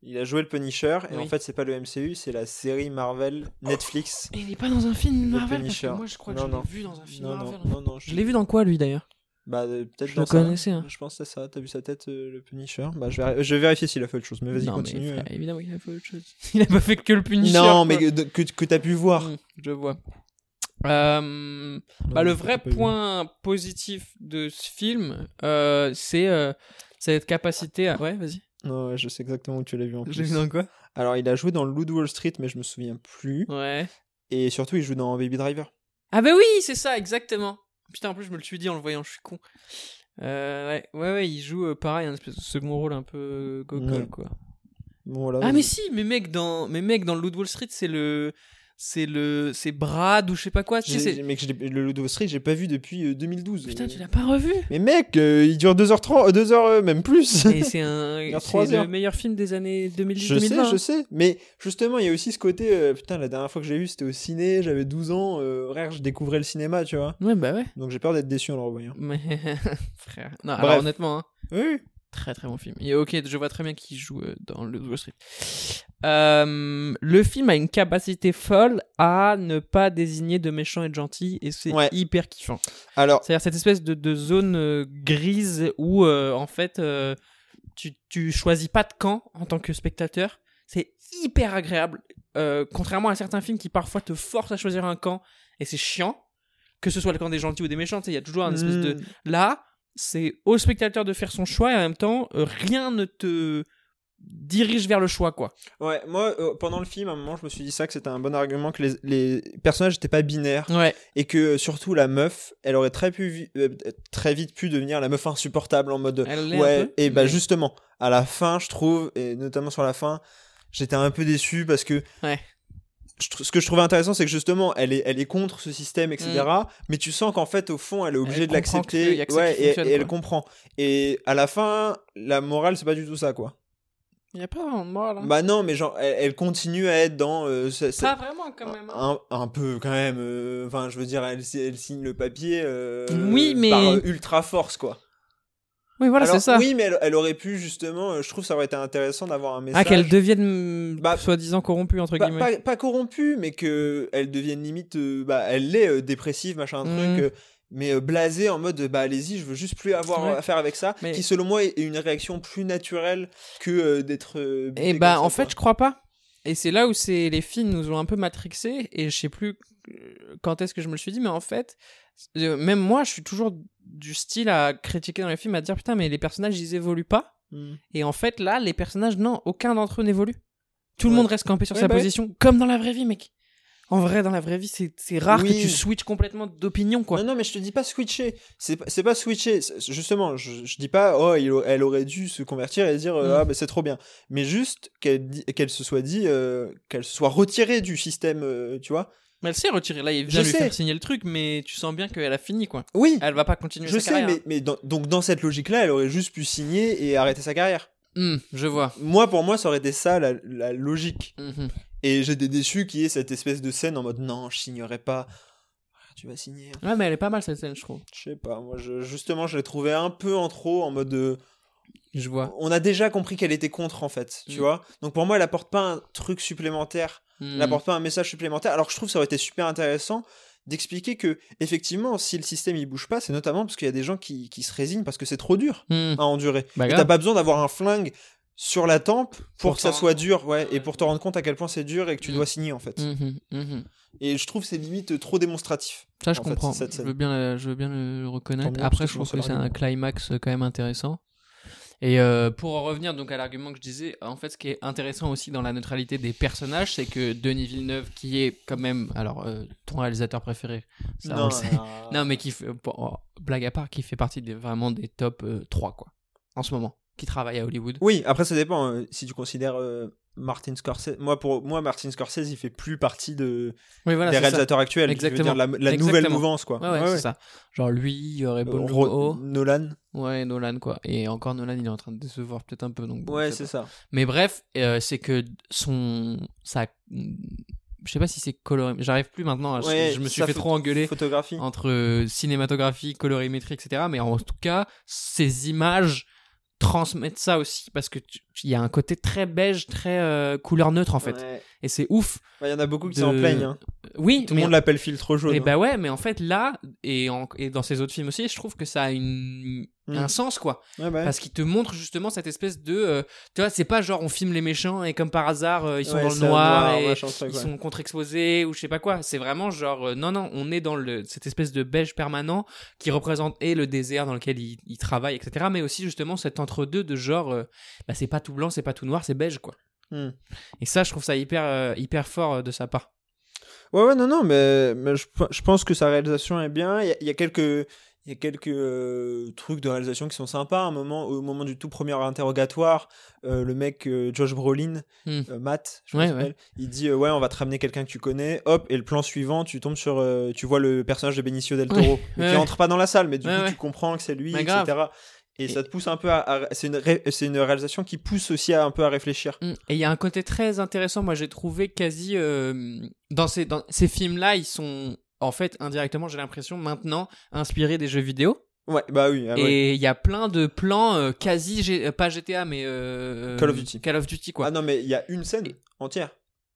Speaker 5: Il a joué le Punisher, et
Speaker 6: Oui.
Speaker 5: en fait, c'est pas le MCU, c'est la série Marvel Netflix.
Speaker 6: Il est pas dans un film
Speaker 5: Le
Speaker 6: Marvel parce que
Speaker 5: Punisher.
Speaker 6: moi je crois que
Speaker 5: Non,
Speaker 6: je l'ai
Speaker 5: non.
Speaker 6: vu dans un film
Speaker 5: Non, non,
Speaker 6: Marvel.
Speaker 5: non, non,
Speaker 6: Je l'ai vu dans quoi lui d'ailleurs
Speaker 5: Bah, euh, peut-être
Speaker 6: Je
Speaker 5: dans
Speaker 6: le
Speaker 5: ça.
Speaker 6: connaissais. Hein.
Speaker 5: Je pense que c'est ça, t'as vu sa tête, euh, le Punisher bah, je, vais, je vais vérifier s'il a fait autre chose, mais vas-y,
Speaker 6: Non, mais
Speaker 5: continue.
Speaker 6: frère,
Speaker 5: euh.
Speaker 6: évidemment, il a fait autre chose. Il a pas fait que le Punisher.
Speaker 5: non,
Speaker 6: quoi.
Speaker 5: mais que, que, que t'as pu voir.
Speaker 6: Mmh, Je vois. Euh, bah, le vrai point positif de ce film, euh, c'est euh, cette capacité à. Ouais, vas-y.
Speaker 5: Non, ouais, je sais exactement où tu l'as vu en plus.
Speaker 6: J'ai vu dans quoi
Speaker 5: Alors, il a joué dans Loot Wall Street, mais je me souviens plus.
Speaker 6: Ouais.
Speaker 5: Et surtout, il joue dans Baby Driver.
Speaker 6: Ah bah oui, c'est ça, exactement. Putain, en plus, je me le suis dit en le voyant, je suis con. Euh, ouais, ouais, ouais, il joue euh, pareil, un espèce de second rôle un peu euh, gogol,
Speaker 5: Ouais.
Speaker 6: quoi.
Speaker 5: Bon, voilà.
Speaker 6: Ah mais si, mais mec dans mais mec dans Loot Wall Street, c'est le c'est le, c'est Brad ou je sais pas quoi. Tu sais,
Speaker 5: J'ai-
Speaker 6: c'est-
Speaker 5: Mec, je l'ai- le Ludo Street, j'ai pas vu depuis euh, 2012.
Speaker 6: Putain, tu l'as pas revu.
Speaker 5: Mais mec, euh, il dure 2h30, 2h même plus.
Speaker 6: Et c'est un,
Speaker 5: Il y a
Speaker 6: c'est
Speaker 5: trois
Speaker 6: le
Speaker 5: heures.
Speaker 6: meilleur film des années 2010
Speaker 5: Je sais, je sais. Mais justement, il y a aussi ce côté. euh, putain, la dernière fois que j'ai vu, c'était au ciné, j'avais 12 ans. euh, frère, je découvrais le cinéma, tu vois.
Speaker 6: Ouais, bah ouais.
Speaker 5: Donc j'ai peur d'être déçu en le revoyant.
Speaker 6: Mais frère, non, alors
Speaker 5: Bref.
Speaker 6: honnêtement, hein,
Speaker 5: Oui.
Speaker 6: très très bon film. Et ok, je vois très bien qui joue euh, dans le Wall Street. Euh, le film a une capacité folle à ne pas désigner de méchants et de gentils, et c'est
Speaker 5: Ouais.
Speaker 6: hyper kiffant.
Speaker 5: Alors,
Speaker 6: C'est-à-dire cette espèce de, de zone euh, grise où euh, en fait euh, tu, tu choisis pas de camp en tant que spectateur. C'est hyper agréable. Euh, contrairement à certains films qui parfois te forcent à choisir un camp et c'est chiant, que ce soit le camp des gentils ou des méchants, tu sais, il y a toujours un espèce de.
Speaker 5: Hmm.
Speaker 6: Là, c'est au spectateur de faire son choix et en même temps euh, rien ne te dirige vers le choix quoi.
Speaker 5: Ouais, moi, euh, pendant le film, à un moment, je me suis dit ça, que c'était un bon argument, que les, les personnages n'étaient pas binaires,
Speaker 6: Ouais.
Speaker 5: et que euh, surtout la meuf, elle aurait très, pu vi- euh, très vite pu devenir la meuf insupportable en mode.
Speaker 6: Elle l'est un
Speaker 5: Ouais,
Speaker 6: peu,
Speaker 5: et bah
Speaker 6: mais-
Speaker 5: justement, à la fin, je trouve, et notamment sur la fin, j'étais un peu déçu parce que.
Speaker 6: Ouais.
Speaker 5: je tr- Ce que je trouvais intéressant, c'est que justement, elle est, elle est contre ce système, etc. Mais tu sens qu'en fait, au fond, elle est obligée de
Speaker 6: Mm. comprend qu'il y
Speaker 5: l'accepter.
Speaker 6: a que ça
Speaker 5: Ouais,
Speaker 6: qui
Speaker 5: et,
Speaker 6: fonctionne,
Speaker 5: et elle
Speaker 6: quoi.
Speaker 5: comprend. Et à la fin, la morale, c'est pas du tout ça, quoi.
Speaker 6: Il y a pas vraiment de moral. hein.
Speaker 5: Bah non, mais genre, elle, elle continue à être dans. euh, ce- ce-
Speaker 6: Pas vraiment quand même. hein.
Speaker 5: un, un peu quand même. euh, Enfin, je veux dire, elle, si- elle signe le papier. euh,
Speaker 6: Oui, mais-
Speaker 5: Par euh, ultra force, quoi.
Speaker 6: Oui voilà c'est
Speaker 5: Alors,
Speaker 6: ça.
Speaker 5: Oui, mais elle, elle aurait pu justement. euh, Je trouve ça aurait été intéressant d'avoir un message.
Speaker 6: Ah, qu'elle devienne
Speaker 5: Bah,
Speaker 6: soi-disant corrompue, entre
Speaker 5: pas,
Speaker 6: guillemets.
Speaker 5: pas, pas corrompue, mais que elle devienne limite. euh, bah, elle l'est euh, dépressive, machin,
Speaker 6: Mm.
Speaker 5: truc. euh, mais euh, blasée en mode, bah allez-y, je veux juste plus avoir
Speaker 6: Ouais.
Speaker 5: affaire avec ça.
Speaker 6: Mais-
Speaker 5: Qui, selon moi, est une réaction plus naturelle que euh, d'être. euh,
Speaker 6: Et
Speaker 5: butée
Speaker 6: bah,
Speaker 5: comme ça,
Speaker 6: en fait,
Speaker 5: quoi.
Speaker 6: je crois pas. Et c'est là où c'est les films nous ont un peu matrixés, et je sais plus euh, quand est-ce que je me le suis dit, mais en fait, euh, même moi, je suis toujours du style à critiquer dans les films, à dire putain, mais les personnages, ils évoluent pas.
Speaker 5: Mm.
Speaker 6: Et en fait, là, les personnages, non, aucun d'entre eux n'évolue. Tout le
Speaker 5: Ouais.
Speaker 6: monde reste campé sur
Speaker 5: Ouais,
Speaker 6: sa
Speaker 5: bah oui.
Speaker 6: position, comme dans la vraie vie, mec. En vrai, dans la vraie vie, c'est c'est rare
Speaker 5: Oui.
Speaker 6: que tu switches complètement d'opinion, quoi.
Speaker 5: Non, non, mais je te dis pas switcher. C'est pas- c'est pas switcher. C'est- Justement, je, je dis pas, oh, il au- elle aurait dû se convertir et dire, euh,
Speaker 6: Mm.
Speaker 5: ah, bah, c'est trop bien. Mais juste qu'elle di- qu'elle se soit dit, euh, qu'elle se soit retirée du système, euh, tu vois.
Speaker 6: Mais elle s'est retirée, là, il vient
Speaker 5: Je
Speaker 6: lui
Speaker 5: sais.
Speaker 6: faire signer le truc, mais tu sens bien qu'elle a fini, quoi.
Speaker 5: Oui,
Speaker 6: Elle va pas continuer
Speaker 5: je
Speaker 6: sa
Speaker 5: sais,
Speaker 6: carrière,
Speaker 5: mais, mais dans- donc dans cette logique-là, elle aurait juste pu signer et arrêter sa carrière.
Speaker 6: Hmm, je vois.
Speaker 5: Moi, pour moi, ça aurait été ça la, la logique.
Speaker 6: Mhm.
Speaker 5: Et j'étais déçu qu'il y ait cette espèce de scène en mode, non, je signerai pas. Ah, Tu vas signer.
Speaker 6: Ouais, mais elle est pas mal cette scène, je trouve.
Speaker 5: Je sais pas, moi, je- justement, je l'ai trouvé un peu en trop, en mode. euh,
Speaker 6: Je vois.
Speaker 5: on a déjà compris qu'elle était contre en fait, tu
Speaker 6: Mm.
Speaker 5: vois. Donc pour moi, elle apporte pas un truc supplémentaire,
Speaker 6: Hmm.
Speaker 5: elle apporte pas un message supplémentaire. Alors que je trouve que ça aurait été super intéressant d'expliquer que effectivement, si le système il bouge pas, c'est notamment parce qu'il y a des gens qui, qui se résignent parce que c'est trop dur
Speaker 6: Hmm.
Speaker 5: à endurer.
Speaker 6: Bah,
Speaker 5: Et
Speaker 6: grave.
Speaker 5: T'as pas besoin d'avoir un flingue sur la tempe pour,
Speaker 6: Pour
Speaker 5: que ça
Speaker 6: t'en-
Speaker 5: soit dur, ouais, et pour te rendre compte à quel point c'est dur et que tu
Speaker 6: Mm.
Speaker 5: dois signer en fait.
Speaker 6: Mhm, mhm.
Speaker 5: Et je trouve que c'est limite trop démonstratif.
Speaker 6: Ça, je
Speaker 5: En fait,
Speaker 6: comprends.
Speaker 5: cette
Speaker 6: je,
Speaker 5: scène.
Speaker 6: veux bien, la- je veux bien le, le reconnaître.
Speaker 5: Tant mieux,
Speaker 6: Après,
Speaker 5: parce que
Speaker 6: je
Speaker 5: je
Speaker 6: pense
Speaker 5: m'en
Speaker 6: que c'est un
Speaker 5: rappelle.
Speaker 6: climax euh, quand même intéressant. Et euh, pour en revenir donc à l'argument que je disais, en fait, ce qui est intéressant aussi dans la neutralité des personnages, c'est que Denis Villeneuve, qui est quand même, alors, euh, ton réalisateur préféré, ça on le sait.
Speaker 5: non,
Speaker 6: Non, mais qui fait, bon, oh, blague à part, qui fait partie des, vraiment des top euh, 3, quoi, en ce moment, qui travaille à Hollywood.
Speaker 5: Oui, après ça dépend. euh, si tu considères euh, Martin Scorsese, moi pour moi Martin Scorsese, il fait plus partie de
Speaker 6: Oui, voilà,
Speaker 5: des
Speaker 6: c'est ça.
Speaker 5: réalisateurs actuels. Je veux
Speaker 6: Exactement.
Speaker 5: dire, la, la nouvelle
Speaker 6: Exactement.
Speaker 5: mouvance quoi.
Speaker 6: Ouais, ouais, c'est ça. Genre lui, il y aurait
Speaker 5: Euh,
Speaker 6: Paul
Speaker 5: Ro-
Speaker 6: Lugo.
Speaker 5: Nolan.
Speaker 6: Ouais, Nolan quoi. Et encore Nolan, il est en train de décevoir peut-être un peu. Donc bon,
Speaker 5: Ouais,
Speaker 6: je sais
Speaker 5: c'est
Speaker 6: pas.
Speaker 5: ça.
Speaker 6: Mais bref, euh, c'est que son. Ça... Je sais pas si c'est coloré. J'arrive plus maintenant. à- je-
Speaker 5: Ouais,
Speaker 6: je me suis
Speaker 5: sa
Speaker 6: fait
Speaker 5: pho-
Speaker 6: trop engueuler
Speaker 5: Photographie.
Speaker 6: entre euh, cinématographie, colorimétrie, etc. Mais en tout cas, ces images transmettent ça aussi parce que tu- il y a un côté très beige, très euh, couleur neutre en fait.
Speaker 5: Ouais.
Speaker 6: Et c'est ouf.
Speaker 5: Ouais, Il y en a beaucoup qui
Speaker 6: De-
Speaker 5: s'en plaignent. hein.
Speaker 6: Oui,
Speaker 5: Tout
Speaker 6: mais-
Speaker 5: le monde l'appelle filtre jaune.
Speaker 6: et
Speaker 5: hein.
Speaker 6: bah ouais, mais en fait là, et, en- et dans ces autres films aussi, je trouve que ça a une...
Speaker 5: Mm.
Speaker 6: un sens quoi.
Speaker 5: Ouais, bah ouais.
Speaker 6: Parce qu'il te montre justement cette espèce de. euh, tu vois, c'est pas genre on filme les méchants et comme par hasard euh, ils sont
Speaker 5: Ouais,
Speaker 6: dans le
Speaker 5: c'est un
Speaker 6: noir, et
Speaker 5: machin, truc,
Speaker 6: ils
Speaker 5: ouais.
Speaker 6: sont contre-exposés ou je sais pas quoi. C'est vraiment genre euh, non, non, on est dans le, cette espèce de beige permanent qui représente et le désert dans lequel ils ils travaillent, etc. Mais aussi justement cet entre-deux de genre euh, bah, c'est pas tout blanc, c'est pas tout noir, c'est beige quoi.
Speaker 5: Hmm.
Speaker 6: Et ça, je trouve ça hyper, euh, hyper fort euh, de sa part.
Speaker 5: Ouais, ouais, non, non, mais, mais je, je pense que sa réalisation est bien. Il y a, il y a quelques. Il y a quelques euh, trucs de réalisation qui sont sympas. Un moment, au moment du tout premier interrogatoire, euh, le mec euh, Josh Brolin,
Speaker 6: Hmm.
Speaker 5: euh, Matt, je
Speaker 6: Ouais,
Speaker 5: crois qu'il s'appelle, il dit euh, ouais, on va te ramener quelqu'un que tu connais. Hop, et le plan suivant, tu tombes sur, euh, tu vois le personnage de Benicio del Toro,
Speaker 6: Ouais,
Speaker 5: mais
Speaker 6: ouais, ouais.
Speaker 5: qui entre pas dans la salle, mais du
Speaker 6: Ouais,
Speaker 5: coup
Speaker 6: ouais.
Speaker 5: tu comprends que c'est lui,
Speaker 6: Mais
Speaker 5: etc.
Speaker 6: grave.
Speaker 5: Et, ça te pousse un peu à, à- c'est une ré- c'est une réalisation qui pousse aussi à, un peu à réfléchir.
Speaker 6: Mm. Et il y a un côté très intéressant, moi j'ai trouvé quasi... euh, dans ces, dans ces films-là, ils sont en fait indirectement, j'ai l'impression maintenant, inspirés des jeux vidéo.
Speaker 5: Ouais, bah oui. ah ouais.
Speaker 6: et il y a plein de plans euh, quasi... G- euh, pas GTA, mais... euh,
Speaker 5: Call of Duty.
Speaker 6: Call of Duty, quoi.
Speaker 5: Ah non, mais il y a une scène entière.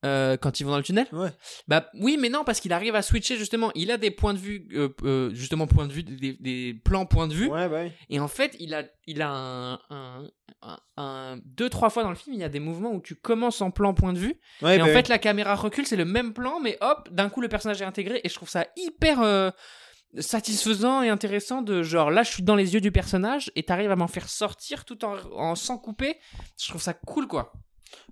Speaker 6: Euh, quand ils vont dans le tunnel
Speaker 5: Ouais.
Speaker 6: Bah oui, mais non, parce qu'il arrive à switcher justement. Il a des points de vue, euh, euh, justement, point de vue, des, des plans, points de vue.
Speaker 5: Ouais, bah oui.
Speaker 6: Et en fait, il a, il a un, un, un- un- Deux, trois fois dans le film, il y a des mouvements où tu commences en plan, point de vue.
Speaker 5: Ouais,
Speaker 6: et
Speaker 5: bah
Speaker 6: en
Speaker 5: oui.
Speaker 6: fait, la caméra recule, c'est le même plan, mais hop, d'un coup, le personnage est intégré. Et je trouve ça hyper. euh, satisfaisant et intéressant de genre là je suis dans les yeux du personnage et t'arrives à m'en faire sortir tout en, en sans couper je trouve ça cool quoi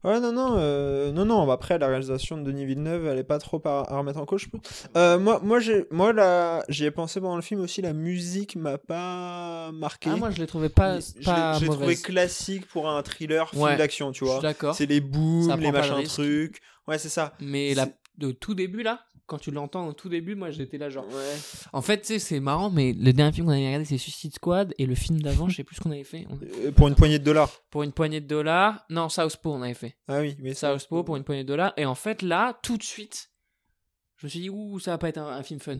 Speaker 5: Ouais, non, non, euh, non, non. bah Après, la réalisation de Denis Villeneuve, elle est pas trop à, à remettre en cause, je pense. Euh, moi, moi, j'ai, moi, là, j'y ai pensé pendant le film aussi. La musique m'a pas marqué.
Speaker 6: ah moi je les trouvais pas,
Speaker 5: Je l'ai-
Speaker 6: pas
Speaker 5: je l'ai trouvé
Speaker 6: mauvaises.
Speaker 5: classique pour un thriller film
Speaker 6: Ouais,
Speaker 5: d'action, tu
Speaker 6: Je suis
Speaker 5: vois.
Speaker 6: d'accord.
Speaker 5: C'est les booms,
Speaker 6: Ça prend
Speaker 5: les
Speaker 6: pas de
Speaker 5: machins
Speaker 6: risque.
Speaker 5: trucs. Ouais, c'est ça.
Speaker 6: Mais la, de tout début, là, quand tu l'entends au tout début, moi j'étais là genre.
Speaker 5: Ouais.
Speaker 6: En fait, tu sais, c'est marrant, mais le dernier film qu'on avait regardé, c'est Suicide Squad, et le film d'avant, je sais plus ce qu'on avait fait. On-
Speaker 5: Euh, Pour une poignée de dollars.
Speaker 6: Pour une poignée de dollars. Non, Southpaw, on avait fait.
Speaker 5: Ah oui, mais ça.
Speaker 6: Southpaw pour une poignée de dollars. Et en fait, là, tout de suite, je me suis dit, ouh, ça va pas être un, un film fun.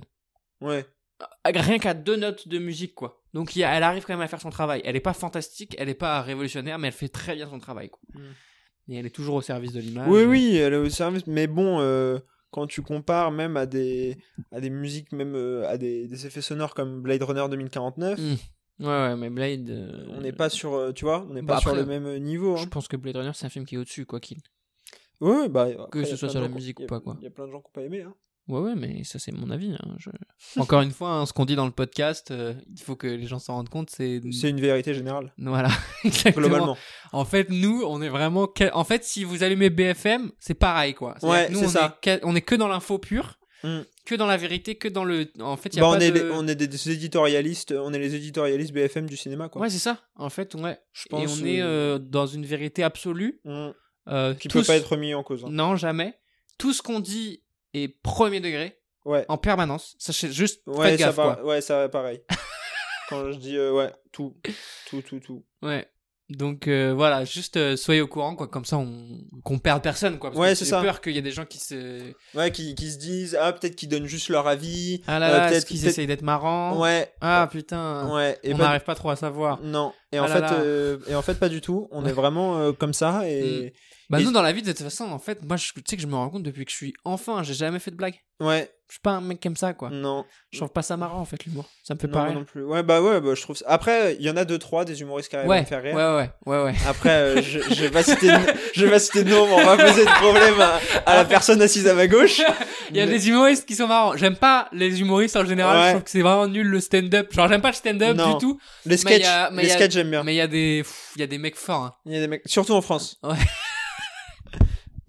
Speaker 5: Ouais.
Speaker 6: Ah, Rien qu'à deux notes de musique, quoi. Donc il y a- elle arrive quand même à faire son travail. Elle est pas fantastique, elle est pas révolutionnaire, mais elle fait très bien son travail, quoi. Et elle est toujours au service de l'image.
Speaker 5: Hmm. Oui, oui, elle est au service. Mais bon, euh, quand tu compares même à des, à des musiques, même euh, à des, des effets sonores comme Blade Runner 2049,
Speaker 6: Mm. Ouais, ouais, mais Blade. euh,
Speaker 5: on n'est pas sur, euh, tu vois, on n'est
Speaker 6: Bah,
Speaker 5: pas sur
Speaker 6: après,
Speaker 5: le même euh, niveau.
Speaker 6: Je
Speaker 5: Hein.
Speaker 6: pense que Blade Runner, c'est un film qui est au-dessus, quoi qu'il.
Speaker 5: Ouais, ouais, bah, après,
Speaker 6: Que
Speaker 5: y a
Speaker 6: ce
Speaker 5: plein
Speaker 6: soit
Speaker 5: de
Speaker 6: sur la
Speaker 5: gens qui-
Speaker 6: musique ou
Speaker 5: y a-
Speaker 6: pas, quoi.
Speaker 5: Il y a plein de gens qui n'ont pas aimé. Hein.
Speaker 6: Ouais, ouais, mais ça, c'est mon avis. hein, je- Encore une fois, hein, ce qu'on dit dans le podcast, euh, il faut que les gens s'en rendent compte, c'est.
Speaker 5: C'est une vérité générale,
Speaker 6: Voilà, Mm. exactement.
Speaker 5: globalement.
Speaker 6: En fait, nous, on est vraiment. que- En fait, si vous allumez BFM, c'est pareil, quoi. C'est-à-dire
Speaker 5: Ouais,
Speaker 6: que nous,
Speaker 5: c'est
Speaker 6: on
Speaker 5: ça.
Speaker 6: Est que... On est que dans l'info pure,
Speaker 5: Mm.
Speaker 6: que dans la vérité, que dans le. En fait, il y a
Speaker 5: Bah, on,
Speaker 6: pas
Speaker 5: est
Speaker 6: de.
Speaker 5: les- on est des, des éditorialistes, on est les éditorialistes BFM du cinéma, quoi.
Speaker 6: Ouais, c'est ça. En fait, ouais.
Speaker 5: je
Speaker 6: Et on est euh, dans une vérité absolue.
Speaker 5: euh,
Speaker 6: euh,
Speaker 5: qui
Speaker 6: tout
Speaker 5: peut pas
Speaker 6: ce-
Speaker 5: être remis en cause. hein.
Speaker 6: Non, jamais. Tout ce qu'on dit est premier degré,
Speaker 5: Ouais.
Speaker 6: en permanence. Sachez juste.
Speaker 5: Ouais,
Speaker 6: faites
Speaker 5: ça
Speaker 6: gaffe, quoi.
Speaker 5: va, ouais, ça va pareil. Quand je dis euh, ouais, tout, tout, tout, tout.
Speaker 6: Ouais. Donc euh, voilà, juste euh, soyez au courant, quoi. Comme ça, on qu'on perde personne, quoi. Parce
Speaker 5: Ouais,
Speaker 6: que
Speaker 5: c'est
Speaker 6: j'ai
Speaker 5: ça.
Speaker 6: peur qu'il y ait des gens qui se.
Speaker 5: Ouais, qui, qui se disent ah peut-être qu'ils donnent juste leur avis.
Speaker 6: Ah
Speaker 5: euh,
Speaker 6: là là,
Speaker 5: peut-être-
Speaker 6: est-ce qu'ils
Speaker 5: peut-être-
Speaker 6: essayent d'être marrants
Speaker 5: Ouais,
Speaker 6: Ah putain,
Speaker 5: ouais. Et
Speaker 6: on
Speaker 5: pas-
Speaker 6: n'arrive pas trop à savoir.
Speaker 5: Non. Et en
Speaker 6: Ah là
Speaker 5: fait,
Speaker 6: là.
Speaker 5: euh, et en fait pas du tout. On est vraiment euh, comme ça et
Speaker 6: Bah
Speaker 5: Et-
Speaker 6: nous, dans la vie, de toute façon, en fait, moi, je, tu sais que je me rends compte depuis que je suis enfant, hein, j'ai jamais fait de blague.
Speaker 5: ouais.
Speaker 6: Je suis pas un mec comme ça, quoi.
Speaker 5: Non.
Speaker 6: Je trouve pas ça marrant, en fait, l'humour. Ça me fait
Speaker 5: Mm. Non,
Speaker 6: pas
Speaker 5: moi
Speaker 6: rire.
Speaker 5: non plus. Ouais, bah ouais, bah, je trouve. ça- Après, il y en a deux trois des humoristes qui arrivent à
Speaker 6: Ouais,
Speaker 5: me faire
Speaker 6: ouais,
Speaker 5: rire.
Speaker 6: ouais, ouais, ouais.
Speaker 5: Après, euh, je, je vais pas citer, de- je vais pas citer de nom, mais on va poser de problème à, à la personne assise à ma gauche.
Speaker 6: Il y a
Speaker 5: Mais-
Speaker 6: des humoristes qui sont marrants. J'aime pas les humoristes en général.
Speaker 5: Ouais.
Speaker 6: Je trouve que c'est vraiment nul le stand-up. Genre, j'aime pas le stand-up
Speaker 5: Non.
Speaker 6: du tout.
Speaker 5: les
Speaker 6: mais il y
Speaker 5: sketchs,
Speaker 6: a- mais
Speaker 5: les
Speaker 6: il y a-
Speaker 5: sketchs j'aime bien.
Speaker 6: Mais il y a des, pff, il y a des mecs forts. hein.
Speaker 5: Il y a des mecs, surtout en France.
Speaker 6: Ouais.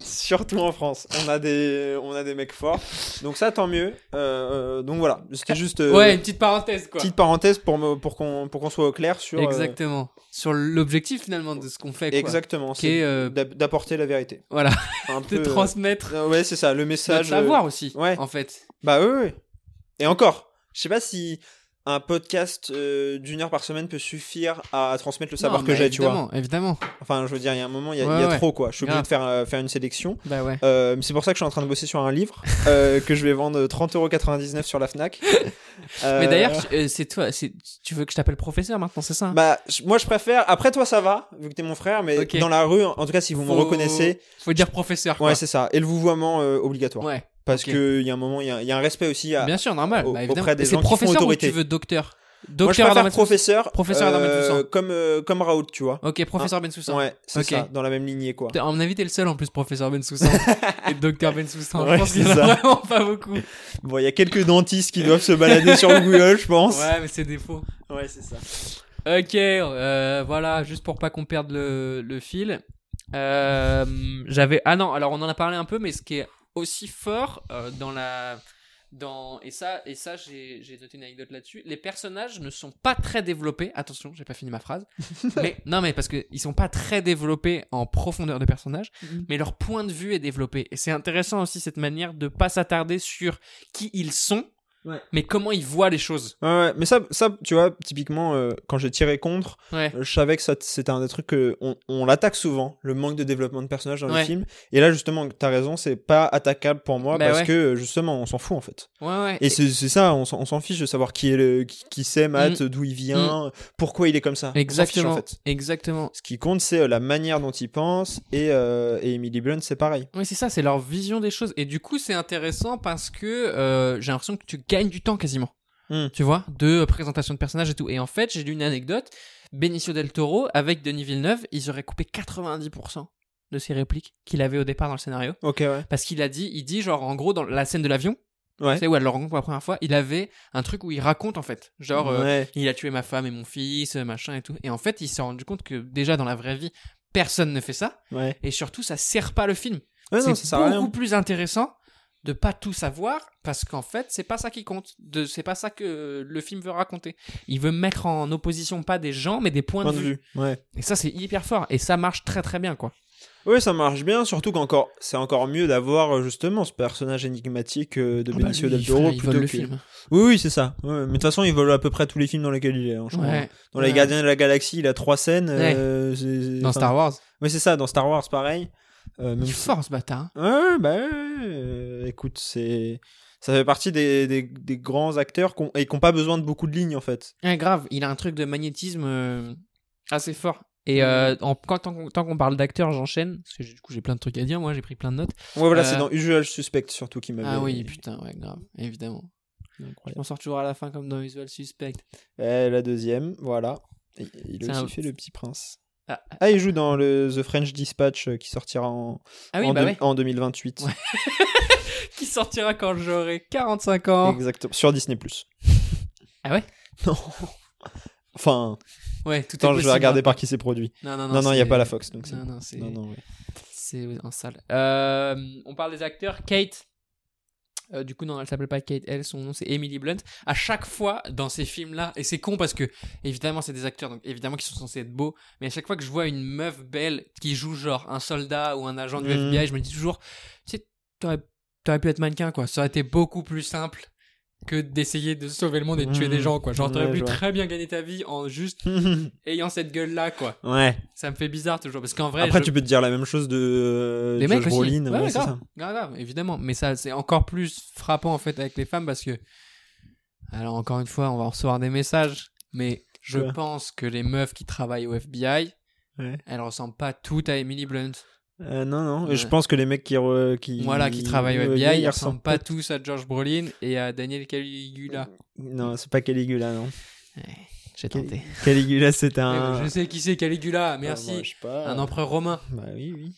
Speaker 5: Surtout en France, on a des, on a des mecs forts. Donc ça, tant mieux. Euh, euh, donc voilà, c'était juste euh,
Speaker 6: Ouais, une petite parenthèse, quoi.
Speaker 5: petite parenthèse pour me, pour qu'on, pour qu'on soit au clair sur. euh,
Speaker 6: Exactement. Sur l'objectif finalement de ce qu'on fait. Quoi.
Speaker 5: exactement.
Speaker 6: Qui est,
Speaker 5: C'est
Speaker 6: euh,
Speaker 5: d'ap- d'apporter la vérité.
Speaker 6: Voilà.
Speaker 5: Un
Speaker 6: de
Speaker 5: peu, euh,
Speaker 6: transmettre
Speaker 5: euh, Ouais, c'est ça. Le
Speaker 6: notre
Speaker 5: message. euh,
Speaker 6: savoir aussi.
Speaker 5: ouais.
Speaker 6: En fait.
Speaker 5: Bah oui, oui. Et encore, je sais pas si un podcast euh, d'une heure par semaine peut suffire à, transmettre le savoir
Speaker 6: Non,
Speaker 5: que
Speaker 6: bah,
Speaker 5: j'ai, tu vois.
Speaker 6: Évidemment, évidemment.
Speaker 5: Enfin, je veux dire, il y a un moment, il y a, il y
Speaker 6: Ouais,
Speaker 5: a
Speaker 6: ouais.
Speaker 5: trop, quoi. Je suis obligé
Speaker 6: Grave.
Speaker 5: de faire, euh, faire une sélection.
Speaker 6: Bah ouais.
Speaker 5: Euh, c'est pour ça que je suis en train de bosser sur un livre euh, que je vais vendre 30,99€ sur la Fnac. Euh,
Speaker 6: Mais d'ailleurs, tu- euh, c'est toi. c'est- Tu veux que je t'appelle professeur maintenant, c'est ça
Speaker 5: Bah, je- moi je préfère. Après toi ça va, vu que t'es mon frère, mais
Speaker 6: Ok.
Speaker 5: dans la rue, en en tout cas si vous me
Speaker 6: Faut-
Speaker 5: reconnaissez,
Speaker 6: Faut dire professeur. Quoi.
Speaker 5: ouais c'est ça. Et le vouvoiement euh, obligatoire,
Speaker 6: Ouais.
Speaker 5: parce
Speaker 6: ok.
Speaker 5: que il y a un moment, il y, a- il y a un respect aussi à.
Speaker 6: Bien sûr, normal.
Speaker 5: au-
Speaker 6: bah, évidemment.
Speaker 5: auprès des
Speaker 6: C'est
Speaker 5: gens qui font
Speaker 6: professeur ou
Speaker 5: autorité.
Speaker 6: tu veux docteur
Speaker 5: moi je
Speaker 6: Docteur
Speaker 5: préfère
Speaker 6: Arnaud Bensoussan.
Speaker 5: professeur,
Speaker 6: Professeur Arnaud
Speaker 5: euh,
Speaker 6: Bensoussan.
Speaker 5: comme euh, comme Raoult, tu vois.
Speaker 6: Ok, professeur Bensoussan.
Speaker 5: Hein? Ouais, c'est
Speaker 6: Ok.
Speaker 5: ça, dans la même lignée quoi.
Speaker 6: À mon avis, t'es le seul en plus, professeur Bensoussan et docteur Bensoussan.
Speaker 5: Ouais,
Speaker 6: je pense
Speaker 5: c'est
Speaker 6: qu'il y en a
Speaker 5: ça.
Speaker 6: vraiment pas beaucoup.
Speaker 5: Bon, il y a quelques dentistes qui doivent se balader sur Google, je pense.
Speaker 6: Ouais, mais c'est des faux.
Speaker 5: ouais c'est ça.
Speaker 6: Ok, euh, voilà, juste pour pas qu'on perde le, le fil. Euh, J'avais. Ah non, alors on en a parlé un peu, mais ce qui est aussi fort euh, dans la dans et ça et ça j'ai j'ai noté une anecdote là-dessus. Les personnages ne sont pas très développés. Attention, j'ai pas fini ma phrase. mais non mais parce que ils sont pas très développés en profondeur de personnage, mais leur point de vue est développé et c'est intéressant aussi cette manière de pas s'attarder sur qui ils sont,
Speaker 5: Ouais.
Speaker 6: mais comment ils voient les choses.
Speaker 5: Ouais, ouais, mais ça, ça, tu vois, typiquement, euh, quand j'ai tiré contre,
Speaker 6: Ouais.
Speaker 5: euh, je savais que ça, c'était un des trucs que on, on l'attaque souvent, le manque de développement de personnages dans
Speaker 6: Ouais.
Speaker 5: les films. Et là, justement, t'as raison, c'est pas attaquable pour moi
Speaker 6: Bah
Speaker 5: parce
Speaker 6: ouais.
Speaker 5: que euh, justement, on s'en fout en fait.
Speaker 6: Ouais ouais.
Speaker 5: Et c'est, c'est ça, on s'en, on s'en fiche de savoir qui est le, qui, qui c'est Matt, d'où il vient, pourquoi il est comme ça. On s'en fiche,
Speaker 6: Mm. Exactement.
Speaker 5: en fait.
Speaker 6: Exactement.
Speaker 5: Ce qui compte, c'est euh, la manière dont il pense et, euh, et Emily Blunt, c'est pareil.
Speaker 6: Oui, c'est ça, c'est leur vision des choses. Et du coup, c'est intéressant parce que euh, j'ai l'impression que tu gagnes du temps quasiment.
Speaker 5: Hmm.
Speaker 6: Tu vois, de euh, présentation de personnages et tout. Et en fait, j'ai lu une anecdote. Benicio del Toro, avec Denis Villeneuve, ils auraient coupé 90% de ses répliques qu'il avait au départ dans le scénario.
Speaker 5: Ok, ouais.
Speaker 6: Parce qu'il a dit, il dit genre, en gros, dans la scène de l'avion,
Speaker 5: Ouais.
Speaker 6: c'est où elle le rencontre pour la première fois, il avait un truc où il raconte en fait. Genre, euh,
Speaker 5: Ouais.
Speaker 6: il a tué ma femme et mon fils, euh, machin et tout. Et en fait, il s'est rendu compte que déjà dans la vraie vie, personne ne fait ça.
Speaker 5: Ouais.
Speaker 6: Et surtout, ça sert pas le film
Speaker 5: Ouais, non, ça
Speaker 6: c'est
Speaker 5: sert à
Speaker 6: beaucoup
Speaker 5: rien.
Speaker 6: plus intéressant de pas tout savoir parce qu'en fait c'est pas ça qui compte de c'est pas ça que le film veut raconter il veut mettre en opposition pas des gens mais des points
Speaker 5: Point de vue. Ouais.
Speaker 6: et ça c'est hyper fort et ça marche très très bien quoi
Speaker 5: Oui, ça marche bien, surtout qu'encore, c'est encore mieux d'avoir euh, justement ce personnage énigmatique euh,
Speaker 6: Ah bah
Speaker 5: de Benicio del Toro
Speaker 6: ils
Speaker 5: plutôt
Speaker 6: veulent le
Speaker 5: que-
Speaker 6: film hein.
Speaker 5: Oui, oui, c'est ça. Ouais, mais de toute façon, ils veulent à peu près tous les films dans lesquels il est. hein, je crois.
Speaker 6: Ouais.
Speaker 5: Dans
Speaker 6: Ouais.
Speaker 5: Les Gardiens de la Galaxie, il a trois scènes.
Speaker 6: Ouais.
Speaker 5: euh, c'est- c'est-
Speaker 6: dans
Speaker 5: enfin,
Speaker 6: Star Wars
Speaker 5: Oui, c'est ça. Dans Star Wars, pareil. Euh, même
Speaker 6: il est
Speaker 5: si-
Speaker 6: fort ce bâtard hein.
Speaker 5: Ouais, ouais, bah, ouais, ouais, euh, écoute, c'est ça fait partie des, des, des grands acteurs qu'on- et qui n'ont pas besoin de beaucoup de lignes en fait.
Speaker 6: Ouais, grave il a un truc de magnétisme euh, assez fort et euh, en, quand, tant, qu'on- tant qu'on parle d'acteur j'enchaîne parce que j'ai- du coup j'ai plein de trucs à dire moi j'ai pris plein de notes
Speaker 5: Ouais, voilà,
Speaker 6: Euh,
Speaker 5: c'est dans Usual Suspect surtout qui m'avait.
Speaker 6: ah oui putain ouais grave évidemment
Speaker 5: Incroyable.
Speaker 6: on sort toujours à la fin comme dans Usual Suspect
Speaker 5: Et la deuxième, voilà. Il- Il
Speaker 6: C'est
Speaker 5: a
Speaker 6: un-
Speaker 5: aussi fait Le Petit Prince.
Speaker 6: Ah.
Speaker 5: Ah, il joue dans le The French Dispatch euh, qui sortira en,
Speaker 6: ah oui
Speaker 5: en,
Speaker 6: bah
Speaker 5: deux-
Speaker 6: ouais
Speaker 5: en 2028.
Speaker 6: Ouais. qui sortira quand j'aurai 45 ans.
Speaker 5: Exactement. Sur Disney.
Speaker 6: Ah ouais
Speaker 5: Non. Enfin,
Speaker 6: Ouais, tout
Speaker 5: attends,
Speaker 6: est
Speaker 5: je vais regarder
Speaker 6: possible.
Speaker 5: par qui c'est produit.
Speaker 6: Non, non, non,
Speaker 5: Non, non, il n'y a
Speaker 6: c'est-
Speaker 5: pas la Fox. Donc c'est
Speaker 6: Non,
Speaker 5: bon.
Speaker 6: non, c'est
Speaker 5: non, non, ouais.
Speaker 6: c'est en salle. Euh, on parle des acteurs. Kate. Euh, du coup, non, elle s'appelle pas Kate, elle, son nom c'est Emily Blunt. À chaque fois dans ces films-là, et c'est con parce que, évidemment, c'est des acteurs, donc évidemment qu'ils sont censés être beaux, mais à chaque fois que je vois une meuf belle qui joue genre un soldat ou un agent du
Speaker 5: Mhm.
Speaker 6: FBI, je me dis toujours, tu sais, t'aurais, t'aurais pu être mannequin, quoi. Ça aurait été beaucoup plus simple que d'essayer de sauver le monde et de tuer
Speaker 5: Mhm.
Speaker 6: des gens, quoi. Genre, t'aurais
Speaker 5: Ouais,
Speaker 6: pu
Speaker 5: je vois.
Speaker 6: très bien gagner ta vie en juste ayant cette gueule-là, quoi.
Speaker 5: ouais.
Speaker 6: Ça me fait bizarre toujours, parce qu'en vrai.
Speaker 5: Après,
Speaker 6: je-
Speaker 5: tu peux te dire la même chose de euh,
Speaker 6: les
Speaker 5: Josh
Speaker 6: mecs aussi.
Speaker 5: Brolin.
Speaker 6: Ouais,
Speaker 5: ouais,
Speaker 6: ouais,
Speaker 5: c'est
Speaker 6: grave,
Speaker 5: ça.
Speaker 6: grave, grave, évidemment. Mais ça, c'est encore plus frappant en fait avec les femmes parce que, alors encore une fois, on va recevoir des messages, mais je
Speaker 5: Quoi
Speaker 6: pense que les meufs qui travaillent au FBI,
Speaker 5: Ouais.
Speaker 6: elles ressemblent pas toutes à Emily Blunt.
Speaker 5: Euh, non, non.
Speaker 6: Ouais.
Speaker 5: Je pense que les mecs qui, re- qui
Speaker 6: voilà, qui travaillent au
Speaker 5: euh,
Speaker 6: FBI, ils ressemblent pas tous à George Brolin et à Daniel Caligula.
Speaker 5: Non, c'est pas Caligula, non.
Speaker 6: J'ai tenté.
Speaker 5: Caligula, c'est
Speaker 6: Eh
Speaker 5: un.
Speaker 6: ben, Je sais qui c'est Caligula.
Speaker 5: Ah, moi,
Speaker 6: Merci.
Speaker 5: je sais pas.
Speaker 6: Un empereur romain.
Speaker 5: Bah oui, oui.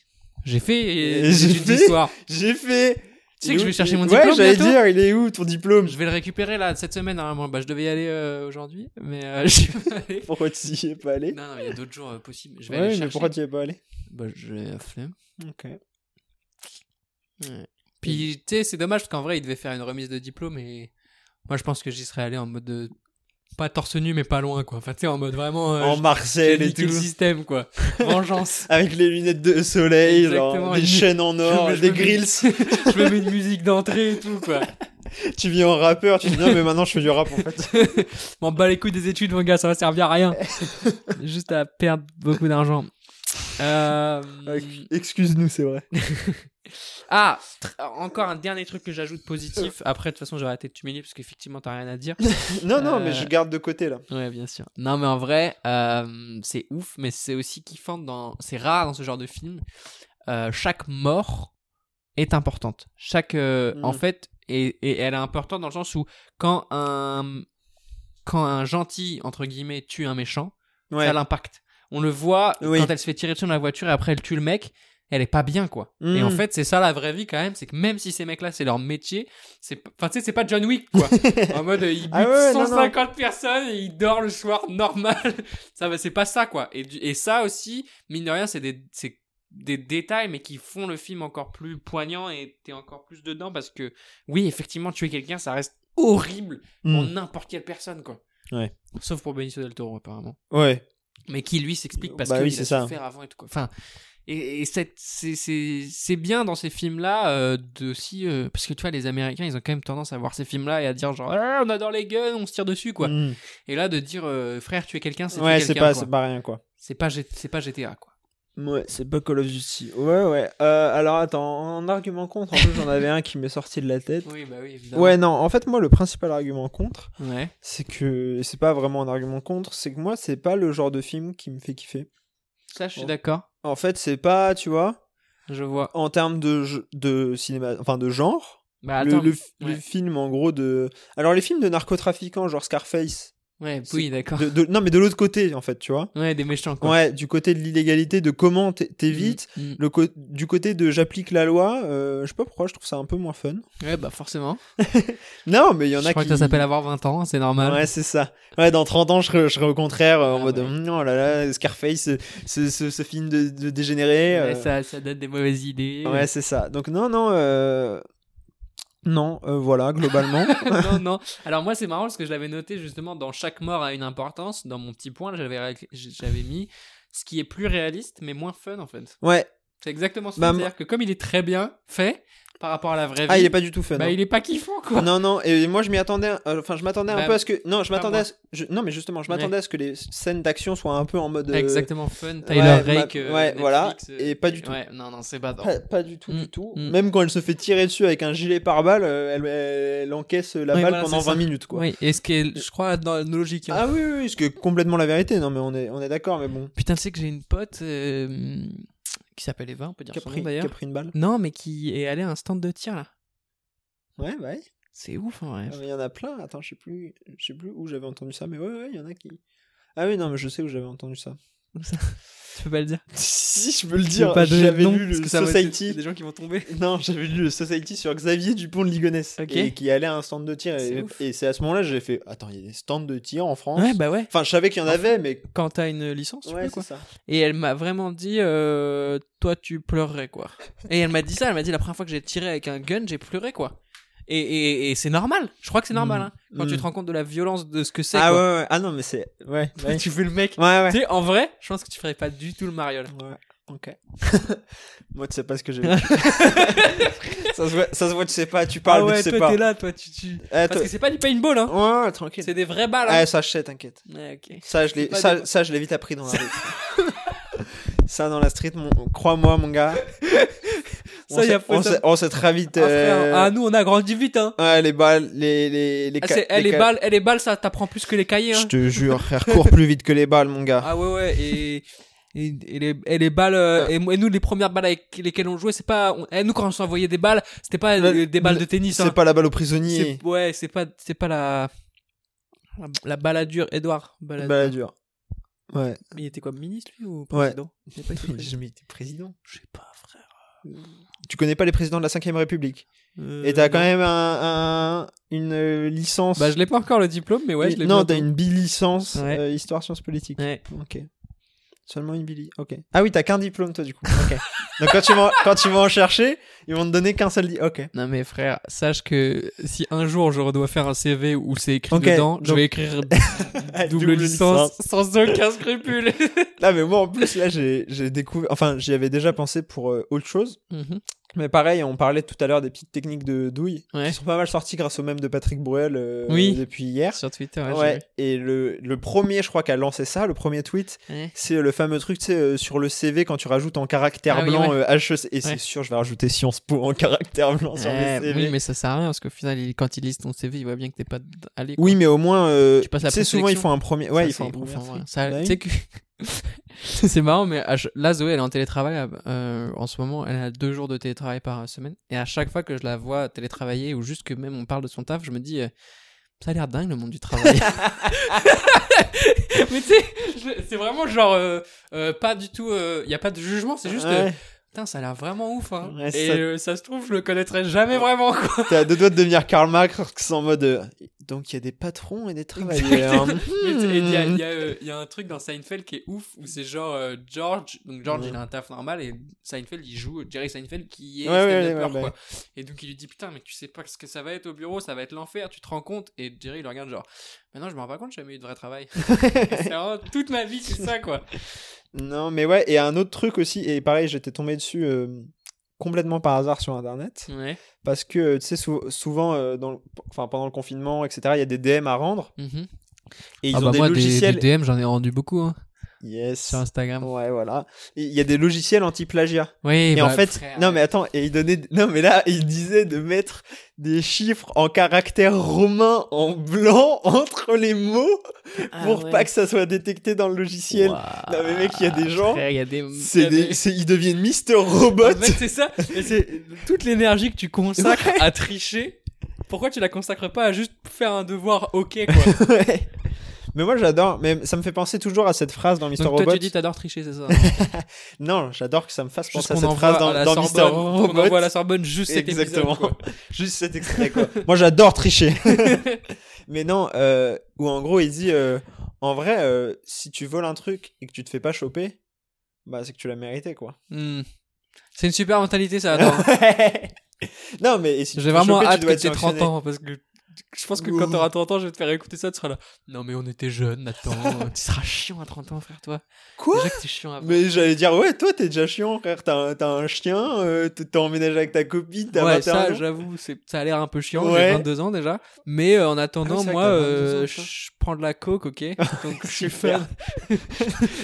Speaker 6: J'ai fait
Speaker 5: Et
Speaker 6: euh,
Speaker 5: j'ai
Speaker 6: des études
Speaker 5: fait-
Speaker 6: d'histoire.
Speaker 5: J'ai fait.
Speaker 6: Tu sais que je vais chercher mon
Speaker 5: Ouais,
Speaker 6: diplôme
Speaker 5: j'allais
Speaker 6: bientôt
Speaker 5: dire, il est où ton diplôme
Speaker 6: Je vais le récupérer là cette semaine. Normalement, bah, je devais y aller euh, aujourd'hui, mais euh, je suis pas allé.
Speaker 5: Pourquoi tu y es pas allé
Speaker 6: Non, non, mais il y a d'autres jours euh, possibles. Je vais
Speaker 5: Ouais,
Speaker 6: aller
Speaker 5: mais
Speaker 6: chercher.
Speaker 5: pourquoi tu y es pas allé
Speaker 6: Bah, j'ai la flemme.
Speaker 5: Ok.
Speaker 6: Puis, tu sais, c'est dommage parce qu'en vrai, il devait faire une remise de diplôme et moi, je pense que j'y serais allé en mode de- pas torse nu, mais pas loin, quoi. Enfin, tu sais, en mode vraiment. euh,
Speaker 5: en
Speaker 6: j'ai-
Speaker 5: Marseille
Speaker 6: j'ai
Speaker 5: et
Speaker 6: niqué
Speaker 5: tout.
Speaker 6: le système, quoi. Vengeance.
Speaker 5: Avec les lunettes de soleil, genre,
Speaker 6: Exactement,
Speaker 5: des
Speaker 6: je-
Speaker 5: chaînes en or,
Speaker 6: Je me- je
Speaker 5: des
Speaker 6: me mets-
Speaker 5: grills.
Speaker 6: je me mets une musique d'entrée et tout, quoi.
Speaker 5: tu viens en rappeur, tu dis non, mais maintenant je fais du rap en fait.
Speaker 6: M'en bats les couilles des études, mon gars, ça va servir à rien. Juste à perdre beaucoup d'argent. Euh,
Speaker 5: Excuse-nous, c'est vrai.
Speaker 6: Ah, tr- encore un dernier truc que j'ajoute
Speaker 5: Euh.
Speaker 6: positif. Après, de toute façon, j'aurais été t'humilier parce qu'effectivement, t'as rien à dire.
Speaker 5: Non, non,
Speaker 6: Euh,
Speaker 5: mais je garde de côté là.
Speaker 6: Ouais, bien sûr. Non, mais en vrai, euh, c'est ouf, mais c'est aussi kiffant dans. C'est rare dans ce genre de film. Euh, chaque mort est importante. Chaque. euh,
Speaker 5: Mm.
Speaker 6: En fait, et, et elle est importante dans le sens où quand un. Quand un gentil, entre guillemets, tue un méchant,
Speaker 5: Ouais.
Speaker 6: ça l'impacte. On le voit
Speaker 5: Oui.
Speaker 6: quand elle se fait tirer dessus dans la voiture et après elle tue le mec. Elle est pas bien quoi. Et
Speaker 5: Mm.
Speaker 6: en fait, c'est ça la vraie vie quand même, c'est que même si ces mecs-là, c'est leur métier, c'est p- enfin tu sais, c'est pas John Wick quoi. en mode euh, il bute
Speaker 5: Ah ouais, non, non.
Speaker 6: 150 personnes et il dort le soir normal. ça va, c'est pas ça quoi. Et, du- et ça aussi, mine de rien, c'est des c'est des détails, mais qui font le film encore plus poignant et t'es encore plus dedans parce que, oui, effectivement, tuer quelqu'un, ça reste horrible pour
Speaker 5: Mm.
Speaker 6: n'importe quelle personne, quoi.
Speaker 5: Ouais.
Speaker 6: Sauf pour Benicio del Toro, apparemment.
Speaker 5: Ouais.
Speaker 6: Mais qui, lui, s'explique parce
Speaker 5: Bah
Speaker 6: qu'il
Speaker 5: oui,
Speaker 6: a
Speaker 5: c'est ça.
Speaker 6: souffert avant et tout, quoi. Enfin, et, et cette- c'est- c'est c'est bien dans ces films-là euh, de si. euh, parce que tu vois, les Américains, ils ont quand même tendance à voir ces films-là et à dire genre, Ah, on adore les guns, on se tire dessus, quoi.
Speaker 5: Mm.
Speaker 6: Et là, de dire, euh, frère, tu es quelqu'un, c'est
Speaker 5: Ouais,
Speaker 6: tuer
Speaker 5: c'est
Speaker 6: quelqu'un,
Speaker 5: pas,
Speaker 6: quoi.
Speaker 5: c'est pas rien, quoi.
Speaker 6: C'est pas, G- c'est pas GTA, quoi.
Speaker 5: Ouais, c'est pas Call of Duty. Ouais, ouais. Euh, alors attends, en argument contre, en plus j'en avais un qui m'est sorti de la tête.
Speaker 6: Oui, bah oui, évidemment.
Speaker 5: Ouais, non, en fait, moi, le principal argument contre,
Speaker 6: Ouais.
Speaker 5: c'est que et c'est pas vraiment un argument contre, c'est que moi, c'est pas le genre de film qui me fait kiffer.
Speaker 6: Ça, je suis
Speaker 5: Oh.
Speaker 6: d'accord.
Speaker 5: En fait, c'est pas, tu vois,
Speaker 6: Je vois.
Speaker 5: en termes de, je- de cinéma, enfin de genre,
Speaker 6: Bah
Speaker 5: le-
Speaker 6: attends.
Speaker 5: le, f- le
Speaker 6: ouais.
Speaker 5: film en gros de. Alors, les films de narcotrafiquants, genre Scarface,
Speaker 6: Ouais,
Speaker 5: c'est-
Speaker 6: oui, d'accord.
Speaker 5: de, de- non, mais de l'autre côté, en fait, tu vois.
Speaker 6: Ouais, des méchants, quoi.
Speaker 5: Ouais, du côté de l'illégalité, de comment t'é-
Speaker 6: Mm,
Speaker 5: t'évites.
Speaker 6: mm.
Speaker 5: Le co- du côté de j'applique la loi, euh, je sais pas pourquoi, je trouve ça un peu moins fun.
Speaker 6: Ouais, bah forcément.
Speaker 5: Non, mais il y en
Speaker 6: Je
Speaker 5: a
Speaker 6: crois
Speaker 5: qui.
Speaker 6: que ça s'appelle avoir 20 ans, hein, c'est normal.
Speaker 5: Ouais, c'est ça. Ouais, dans 30 ans, je serai, je serai au contraire euh, en
Speaker 6: Ah
Speaker 5: mode
Speaker 6: ouais.
Speaker 5: Hum, oh là là, Scarface, ce, ce, ce- ce film de, de dégénéré.
Speaker 6: Ouais,
Speaker 5: euh,
Speaker 6: ça, ça donne des mauvaises idées.
Speaker 5: ouais, c'est ça. Donc, non, non. euh, Non, euh, voilà, globalement.
Speaker 6: non, non. Alors moi, c'est marrant parce que je l'avais noté justement dans chaque mort a une importance. Dans mon petit point, là, j'avais ré- j'avais mis ce qui est plus réaliste mais moins fun en fait.
Speaker 5: ouais.
Speaker 6: C'est exactement ça.
Speaker 5: Bah,
Speaker 6: C'est-à-dire que comme il est très bien fait par rapport à la vraie
Speaker 5: Ah,
Speaker 6: vie,
Speaker 5: il est pas du tout fun.
Speaker 6: bah,
Speaker 5: hein.
Speaker 6: il est pas kiffant quoi.
Speaker 5: Non, non, et moi je m'y attendais, euh, enfin je m'attendais
Speaker 6: Bah,
Speaker 5: un peu à ce que. Non, je
Speaker 6: pas
Speaker 5: m'attendais
Speaker 6: moi.
Speaker 5: à ce. je- Non, mais justement, je m'attendais
Speaker 6: Ouais.
Speaker 5: à ce que les scènes d'action soient un peu en mode. euh,
Speaker 6: Exactement fun.
Speaker 5: ouais,
Speaker 6: Tyler
Speaker 5: ma-
Speaker 6: Rake. euh,
Speaker 5: ouais,
Speaker 6: Netflix,
Speaker 5: voilà,
Speaker 6: euh,
Speaker 5: et pas du tout.
Speaker 6: Ouais, non, non, c'est pas.
Speaker 5: Pas, pas du tout,
Speaker 6: Mm,
Speaker 5: du tout.
Speaker 6: mm.
Speaker 5: Même quand elle se fait tirer dessus avec un gilet pare-balles, euh, elle, elle encaisse la
Speaker 6: Ouais,
Speaker 5: balle
Speaker 6: voilà,
Speaker 5: pendant
Speaker 6: c'est ça.
Speaker 5: 20 minutes, quoi.
Speaker 6: Oui, et ce qui est, je crois, dans nos logiques. hein.
Speaker 5: Ah oui, oui, oui, ce qui est complètement la vérité. Non, mais on est, on est d'accord, mais bon.
Speaker 6: Putain, tu sais que j'ai une pote euh, qui s'appelle Eva, on peut dire
Speaker 5: Qui a,
Speaker 6: son
Speaker 5: pris,
Speaker 6: nom, d'ailleurs.
Speaker 5: qui a pris une balle
Speaker 6: Non, mais qui est allée à un stand de tir là.
Speaker 5: Ouais, ouais.
Speaker 6: C'est ouf en vrai.
Speaker 5: Ah, mais Il y en a plein. Attends, je sais plus, je sais plus où j'avais entendu ça, mais ouais, ouais, il y en a qui. Ah oui, non, mais je sais où j'avais entendu ça.
Speaker 6: Tu peux pas le dire.
Speaker 5: si, je peux le
Speaker 6: Tu
Speaker 5: dire,
Speaker 6: peux pas donner de
Speaker 5: j'avais
Speaker 6: nom,
Speaker 5: lu
Speaker 6: parce
Speaker 5: le
Speaker 6: que ça va être-
Speaker 5: Society.
Speaker 6: Des gens qui vont tomber.
Speaker 5: Non, j'avais lu le Society sur Xavier Dupont de Ligonnès,
Speaker 6: Ok.
Speaker 5: et qui allait à un stand de tir.
Speaker 6: C'est
Speaker 5: Et
Speaker 6: ouf.
Speaker 5: et c'est à ce moment-là, j'ai fait Attends, il y a des stands de tir en France
Speaker 6: Ouais, bah ouais.
Speaker 5: Enfin, je savais qu'il y en avait, mais.
Speaker 6: Quand t'as une licence, tu
Speaker 5: Ouais,
Speaker 6: peux,
Speaker 5: c'est
Speaker 6: quoi.
Speaker 5: ça.
Speaker 6: Et elle m'a vraiment dit, euh, toi tu pleurerais quoi. Et elle m'a dit ça, elle m'a dit la première fois que j'ai tiré avec un gun, j'ai pleuré quoi. Et, et, et c'est normal, je crois que c'est normal.
Speaker 5: Mm.
Speaker 6: hein. Quand tu
Speaker 5: Mm.
Speaker 6: te rends compte de la violence de ce que c'est.
Speaker 5: Ah ouais,
Speaker 6: quoi.
Speaker 5: ouais, ah non, mais c'est. Ouais, ouais.
Speaker 6: tu fais le mec.
Speaker 5: ouais, ouais.
Speaker 6: Tu sais, en vrai, je pense que tu ferais pas du tout le Mario là.
Speaker 5: Ouais, ok. Moi, tu sais pas ce que j'ai vécu. ça, se voit, ça se voit, tu sais pas, tu parles,
Speaker 6: ah
Speaker 5: mais
Speaker 6: ouais,
Speaker 5: tu sais
Speaker 6: toi
Speaker 5: pas.
Speaker 6: t'es là, Ah, toi tu. tu-
Speaker 5: Eh,
Speaker 6: Parce
Speaker 5: toi-
Speaker 6: que c'est pas du paintball, hein.
Speaker 5: Ouais, ouais, tranquille.
Speaker 6: C'est des vraies balles.
Speaker 5: Ouais,
Speaker 6: Hein.
Speaker 5: ça, je sais, t'inquiète.
Speaker 6: Ouais, ok.
Speaker 5: Ça, je l'ai
Speaker 6: pas
Speaker 5: ça,
Speaker 6: des-
Speaker 5: ça, je l'ai vite appris dans la rue. ça, dans la street, mon... crois-moi, mon gars. on
Speaker 6: Ça, y a
Speaker 5: s'est-
Speaker 6: pas
Speaker 5: on
Speaker 6: ça.
Speaker 5: s'est- on s'est très vite.
Speaker 6: Ah, frère,
Speaker 5: euh,
Speaker 6: ah, nous on a grandi vite, hein.
Speaker 5: ouais, les balles, les. les, les
Speaker 6: Ah,
Speaker 5: ca-
Speaker 6: c'est- eh, les,
Speaker 5: ca-
Speaker 6: balles, eh, les balles, ça t'apprend plus que les cahiers.
Speaker 5: Je
Speaker 6: Hein.
Speaker 5: te jure, frère, cours plus vite que les balles, mon gars.
Speaker 6: Ah ouais, ouais. Et, et, et les, et les balles. euh,
Speaker 5: Ah.
Speaker 6: et, moi- et nous, les premières balles avec lesquelles on jouait, c'est pas. on- eh, nous, quand on s'envoyait des balles, c'était pas
Speaker 5: Le-
Speaker 6: euh, des balles de tennis.
Speaker 5: Bah, c'est
Speaker 6: hein.
Speaker 5: pas la balle aux prisonniers.
Speaker 6: C'est- Ouais, c'est pas, c'est pas la. La, la baladure, Edouard. Baladure.
Speaker 5: Baladure. Bah, Ouais.
Speaker 6: Il était quoi, ministre lui ou
Speaker 5: Ouais.
Speaker 6: président Il a pas été
Speaker 5: J'ai
Speaker 6: président.
Speaker 5: jamais été président.
Speaker 6: Je sais pas, frère.
Speaker 5: Tu connais pas les présidents de la 5ème République.
Speaker 6: Euh,
Speaker 5: Et t'as quand
Speaker 6: non.
Speaker 5: même un, un- une euh, licence.
Speaker 6: Bah, je l'ai pas encore le diplôme, mais ouais, je l'ai
Speaker 5: non,
Speaker 6: bientôt.
Speaker 5: t'as une bi-licence
Speaker 6: Ouais.
Speaker 5: euh, histoire sciences politiques.
Speaker 6: Ouais.
Speaker 5: Ok. Seulement une bili. Ok. Ah oui, t'as qu'un diplôme toi du coup. Ok. Donc quand tu vas quand tu vas en chercher, ils vont te donner qu'un seul diplôme. Ok.
Speaker 6: Non mais frère, sache que si un jour je dois faire un CV où c'est écrit
Speaker 5: Ok,
Speaker 6: dedans, je
Speaker 5: donc-
Speaker 6: vais écrire Ah, double
Speaker 5: Double
Speaker 6: licence sans aucun scrupule.
Speaker 5: Là, mais moi en plus là, j'ai j'ai découvert. Enfin, j'y avais déjà pensé pour euh, autre chose.
Speaker 6: Mhm.
Speaker 5: Mais pareil, on parlait tout à l'heure des petites techniques de douille
Speaker 6: Ouais.
Speaker 5: qui sont pas mal sorties grâce au même de Patrick Bruel euh,
Speaker 6: Oui.
Speaker 5: depuis hier.
Speaker 6: Sur Twitter, ouais, j'ai
Speaker 5: Ouais,
Speaker 6: vu.
Speaker 5: et le, le premier, je crois, qui a lancé ça, le premier tweet,
Speaker 6: Ouais.
Speaker 5: c'est le fameux truc, tu sais, euh, sur le CV, quand tu rajoutes en caractère
Speaker 6: Ah oui,
Speaker 5: blanc
Speaker 6: ouais.
Speaker 5: euh, HEC, et
Speaker 6: Ouais.
Speaker 5: c'est sûr, je vais rajouter Sciences Po en caractère blanc sur
Speaker 6: Euh,
Speaker 5: le CV.
Speaker 6: oui, mais ça sert à rien parce qu'au final, il- quand ils lisent ton CV, ils voient bien que t'es pas d- allé. quoi.
Speaker 5: Oui, mais au moins, euh,
Speaker 6: Tu passes la
Speaker 5: tu sais, souvent, ils
Speaker 6: présélection.
Speaker 5: font un premier.
Speaker 6: Ça,
Speaker 5: Ouais, ils
Speaker 6: c'est
Speaker 5: font un
Speaker 6: ouf,
Speaker 5: premier.
Speaker 6: en vrai.
Speaker 5: tri.
Speaker 6: Ça,
Speaker 5: Bah oui.
Speaker 6: tu sais que- c'est marrant, mais à ch- là, Zoé, elle est en télétravail euh, en ce moment. Elle a deux jours de télétravail par semaine. Et à chaque fois que je la vois télétravailler ou juste que même on parle de son taf, je me dis, euh, ça a l'air dingue le monde du travail. mais tu sais, je- c'est vraiment genre, euh, euh, pas du tout, il n'y a pas de jugement, c'est juste, euh,
Speaker 5: Ouais.
Speaker 6: Putain, ça a l'air vraiment ouf, hein.
Speaker 5: Ouais,
Speaker 6: Et
Speaker 5: ça-
Speaker 6: euh, ça se trouve, je le connaîtrais jamais vraiment, quoi.
Speaker 5: T'es à deux doigts de devenir Karl Marx en mode. euh, Donc il y a des patrons et des travailleurs.
Speaker 6: Mais tu sais, Il y, a-
Speaker 5: Hmm.
Speaker 6: il y a, euh, il y a un truc dans Seinfeld qui est ouf où c'est genre euh, George, donc George
Speaker 5: Ouais.
Speaker 6: il a un taf normal et Seinfeld il joue Jerry Seinfeld qui est
Speaker 5: Ouais, ouais,
Speaker 6: stand-upper,
Speaker 5: ouais, ouais,
Speaker 6: quoi.
Speaker 5: bah.
Speaker 6: Et donc il lui dit putain mais tu sais pas ce que ça va être au bureau, ça va être l'enfer, tu te rends compte Et Jerry il le regarde genre maintenant je me rends pas compte, j'ai jamais eu de vrai travail. c'est vraiment toute ma vie c'est ça quoi.
Speaker 5: Non, mais ouais, et un autre truc aussi, et pareil, j'étais tombé dessus euh, complètement par hasard sur internet.
Speaker 6: Ouais.
Speaker 5: Parce que, euh, tu sais, sou- souvent, euh, dans le- enfin, pendant le confinement, etc., il y a des DM à rendre.
Speaker 6: Mhm. Ah
Speaker 5: Et ils
Speaker 6: bah
Speaker 5: ont des logiciels.
Speaker 6: DM j'en ai rendu beaucoup hein,
Speaker 5: Yes.
Speaker 6: Instagram. Eh bah,
Speaker 5: Ouais, voilà. Et Il y a des logiciels anti-plagiat.
Speaker 6: Oui.
Speaker 5: Et, en fait, non, mais attends, et il donnait, non, mais là, il disait de mettre des chiffres en caractère romain en blanc entre les mots
Speaker 6: Ah
Speaker 5: pour pas que ça soit détecté dans le logiciel. Non, mais mec, il y a des gens,
Speaker 6: Ah, Il y a des. il y
Speaker 5: C'est
Speaker 6: a
Speaker 5: des, c'est- ils deviennent Mister Robot.
Speaker 6: En fait, c'est ça. Et c'est toute l'énergie que tu consacres à tricher. Pourquoi tu la consacres pas à juste faire un devoir ok quoi
Speaker 5: Ouais. Mais moi j'adore, mais ça me fait penser toujours à cette phrase dans Mister
Speaker 6: Donc toi
Speaker 5: Robot.
Speaker 6: tu dis t'adores tricher c'est ça
Speaker 5: Non, j'adore que ça me fasse
Speaker 6: Juste
Speaker 5: penser à
Speaker 6: qu'on
Speaker 5: cette
Speaker 6: envoie
Speaker 5: phrase dans,
Speaker 6: à la
Speaker 5: dans Mister
Speaker 6: Sorbonne on
Speaker 5: Robot.
Speaker 6: envoie à la Sorbonne juste cet épisode,
Speaker 5: Exactement.
Speaker 6: quoi.
Speaker 5: Juste cet extrait quoi. moi j'adore tricher. mais non, euh, où en gros il dit, euh, en vrai, euh, si tu voles un truc et que tu te fais pas choper, bah c'est que tu l'as mérité quoi.
Speaker 6: Hmm. c'est une super mentalité ça attends
Speaker 5: non mais et si tu te
Speaker 6: j'ai
Speaker 5: fais
Speaker 6: vraiment
Speaker 5: choper, tu
Speaker 6: hâte
Speaker 5: dois
Speaker 6: que
Speaker 5: être
Speaker 6: t'aies 30
Speaker 5: sanctionné.
Speaker 6: ans parce que je pense que quand t'auras 30 ans je vais te faire écouter ça tu seras là non mais on était jeunes attends tu seras chiant à 30 ans frère toi
Speaker 5: Quoi
Speaker 6: déjà que t'es chiant avant
Speaker 5: Mais j'allais dire ouais, toi t'es déjà chiant frère, t'as un, t'as un chien, euh, t'es t'es emménagé avec ta copine, t'as
Speaker 6: Ouais,
Speaker 5: 21
Speaker 6: ça,
Speaker 5: ans.
Speaker 6: j'avoue, c'est- ça a l'air un peu chiant.
Speaker 5: Ouais.
Speaker 6: J'ai 22 ans déjà. Mais euh, en
Speaker 5: Ah oui,
Speaker 6: attendant,
Speaker 5: c'est vrai
Speaker 6: moi,
Speaker 5: que t'as 22
Speaker 6: euh,
Speaker 5: ans, toi.
Speaker 6: je prends de la coke, ok Donc, je suis
Speaker 5: Super.
Speaker 6: fan.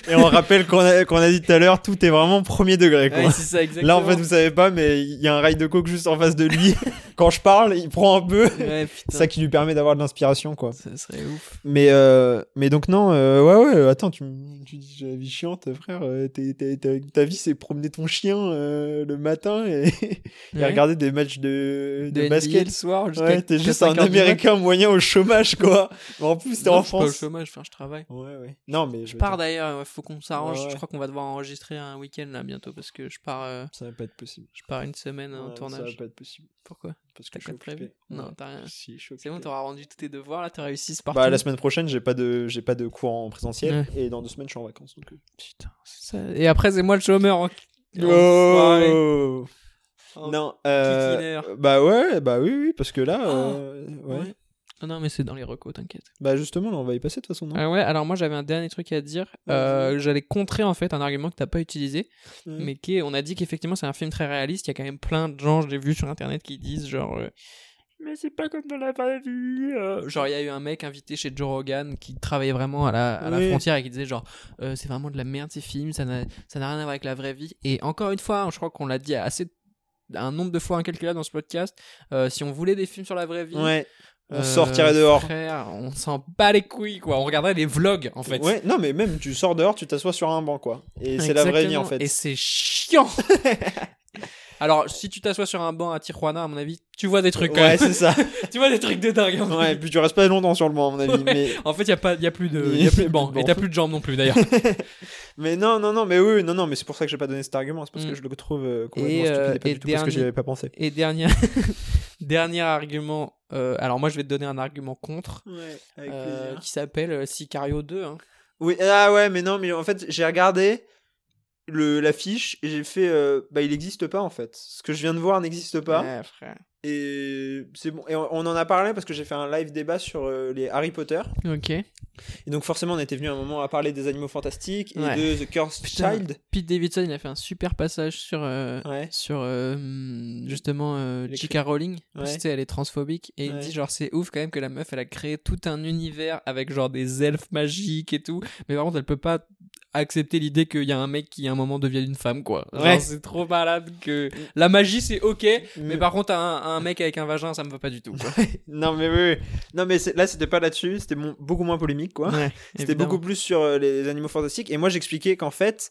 Speaker 5: Et on rappelle qu'on a, qu'on a dit tout à l'heure, tout est vraiment premier degré. Quoi.
Speaker 6: Ouais, c'est ça, exactement.
Speaker 5: Là, en fait, vous savez pas, mais il y a un rail de coke juste en face de lui. Quand je parle, il prend un peu.
Speaker 6: Ouais,
Speaker 5: C'est
Speaker 6: putain.
Speaker 5: ça qui lui permet d'avoir de l'inspiration, quoi.
Speaker 6: Ça serait ouf.
Speaker 5: Mais, euh, mais donc, non, euh, ouais, ouais, attends, tu, m- tu dis j'ai la vie chiante, frère. euh, t'es- t'es- t'es- ta vie, c'est promener ton chien euh, le matin et, et
Speaker 6: Ouais.
Speaker 5: regarder des matchs de, de
Speaker 6: Le NBA
Speaker 5: basket.
Speaker 6: le soir, jusqu'à
Speaker 5: Ouais, t'es juste
Speaker 6: 4-5
Speaker 5: un
Speaker 6: heures du mat.
Speaker 5: américain moyen au chômage, quoi. Mais en plus, t'es
Speaker 6: Non,
Speaker 5: en
Speaker 6: je suis pas au
Speaker 5: France.
Speaker 6: chômage, enfin, je travaille.
Speaker 5: Ouais, ouais. Non, mais je
Speaker 6: Je
Speaker 5: veux
Speaker 6: pars
Speaker 5: dire,
Speaker 6: d'ailleurs, ouais, faut qu'on s'arrange.
Speaker 5: Ouais, ouais.
Speaker 6: Je crois qu'on va devoir enregistrer un week-end là bientôt parce que je pars, euh,
Speaker 5: Ça va pas être possible.
Speaker 6: je pars une semaine en
Speaker 5: Ouais, Ça
Speaker 6: tournage.
Speaker 5: va pas être possible.
Speaker 6: Pourquoi
Speaker 5: Parce que
Speaker 6: T'as
Speaker 5: je
Speaker 6: quoi
Speaker 5: suis
Speaker 6: de prévu
Speaker 5: occupé.
Speaker 6: Non,
Speaker 5: Ouais.
Speaker 6: t'as rien.
Speaker 5: Si, je suis
Speaker 6: C'est bon,
Speaker 5: occupé.
Speaker 6: t'auras rendu tous tes devoirs là, t'as réussi ce partout.
Speaker 5: Bah, la semaine prochaine, j'ai pas de, j'ai pas de cours en présentiel et dans deux semaines, je suis en vacances. Donc... euh.
Speaker 6: Putain, c'est ça. Et après, c'est moi le chômeur. en- Enfoiré.
Speaker 5: Oh
Speaker 6: Oh,
Speaker 5: non, euh,
Speaker 6: kikiner.
Speaker 5: bah ouais, bah oui, oui, parce que là,
Speaker 6: Ah.
Speaker 5: euh, ouais.
Speaker 6: Ouais. Ah non, mais c'est dans les recos, t'inquiète.
Speaker 5: bah justement, là, on va y passer de toute façon, non
Speaker 6: Ah ouais, alors moi j'avais un dernier truc à dire.
Speaker 5: Vas-y.
Speaker 6: Euh, J'allais contrer en fait un argument que t'as pas utilisé,
Speaker 5: Ouais.
Speaker 6: mais qui est, on a dit qu'effectivement c'est un film très réaliste. Il y a quand même plein de gens, j'ai vu sur internet, qui disent genre. euh, mais c'est pas comme dans la vraie vie. euh. Genre, il y a eu un mec invité chez Joe Rogan qui travaillait vraiment à la, à la
Speaker 5: Oui.
Speaker 6: frontière et qui disait genre, euh, c'est vraiment de la merde ces films, ça n'a ça n'a rien à voir avec la vraie vie. Et encore une fois, hein, je crois qu'on l'a dit assez un nombre de fois incalculable dans ce podcast, euh, si on voulait des films sur la vraie vie,
Speaker 5: Ouais. On
Speaker 6: euh,
Speaker 5: sortirait dehors.
Speaker 6: frère, on s'en bat les couilles, quoi. On regarderait les vlogs, en fait.
Speaker 5: Ouais, non, mais même tu sors dehors, tu t'assois sur un banc, quoi. Et c'est la vraie vie, en
Speaker 6: Exactement.
Speaker 5: fait.
Speaker 6: Et c'est chiant. Alors, si tu t'assois sur un banc à Tijuana, à mon avis, tu vois des trucs. quand
Speaker 5: Ouais,
Speaker 6: même.
Speaker 5: c'est ça.
Speaker 6: tu vois des trucs de dingue. hein.
Speaker 5: ouais, et puis tu restes pas longtemps sur le banc, à mon avis.
Speaker 6: Ouais.
Speaker 5: Mais,
Speaker 6: En fait, il y a pas, y a plus de, y a plus de banc.
Speaker 5: Bon.
Speaker 6: Et t'as plus de jambes non plus, d'ailleurs.
Speaker 5: mais non, non, non, mais oui, non, non, mais c'est pour ça que j'ai pas donné cet argument. C'est parce
Speaker 6: Mm.
Speaker 5: que je le trouve euh, complètement
Speaker 6: Et, euh,
Speaker 5: stupide et pas
Speaker 6: et
Speaker 5: du tout parce que j'y
Speaker 6: dernier-
Speaker 5: avais pas pensé.
Speaker 6: Et dernier, dernier argument. euh, alors, moi, je vais te donner un argument contre.
Speaker 5: Ouais,
Speaker 6: euh, qui s'appelle euh, Sicario 2. hein.
Speaker 5: Oui, ah ouais, mais non, mais en fait, j'ai regardé le l'affiche et j'ai fait euh, bah il n'existe pas en fait. Ce que je viens de voir n'existe pas
Speaker 6: Ouais, frère.
Speaker 5: et c'est bon et on, on en a parlé parce que j'ai fait un live débat sur euh, les Harry Potter
Speaker 6: Ok.
Speaker 5: et donc forcément on était venu à un moment à parler des animaux fantastiques et
Speaker 6: Ouais.
Speaker 5: de The Cursed
Speaker 6: Putain.
Speaker 5: Child.
Speaker 6: Pete Davidson, il a fait un super passage sur euh,
Speaker 5: Ouais.
Speaker 6: sur euh, hmm, justement euh,
Speaker 5: Les
Speaker 6: J.K. Rowling parce
Speaker 5: Ouais.
Speaker 6: que, tu sais, elle est transphobique et il
Speaker 5: Ouais.
Speaker 6: dit genre c'est ouf quand même que la meuf elle a créé tout un univers avec genre des elfes magiques et tout mais par contre elle peut pas accepter l'idée qu'il y a un mec qui à un moment devient une femme quoi Genre,
Speaker 5: Ouais. Mm.
Speaker 6: c'est trop malade que la magie c'est ok mais par contre un, un mec avec un vagin ça me va pas du tout quoi.
Speaker 5: Non mais oui, oui. non mais c'est- là c'était pas là-dessus, c'était mon- beaucoup moins polémique quoi. C'était
Speaker 6: Évidemment.
Speaker 5: beaucoup plus sur euh, les animaux fantastiques. Et moi, j'expliquais qu'en fait,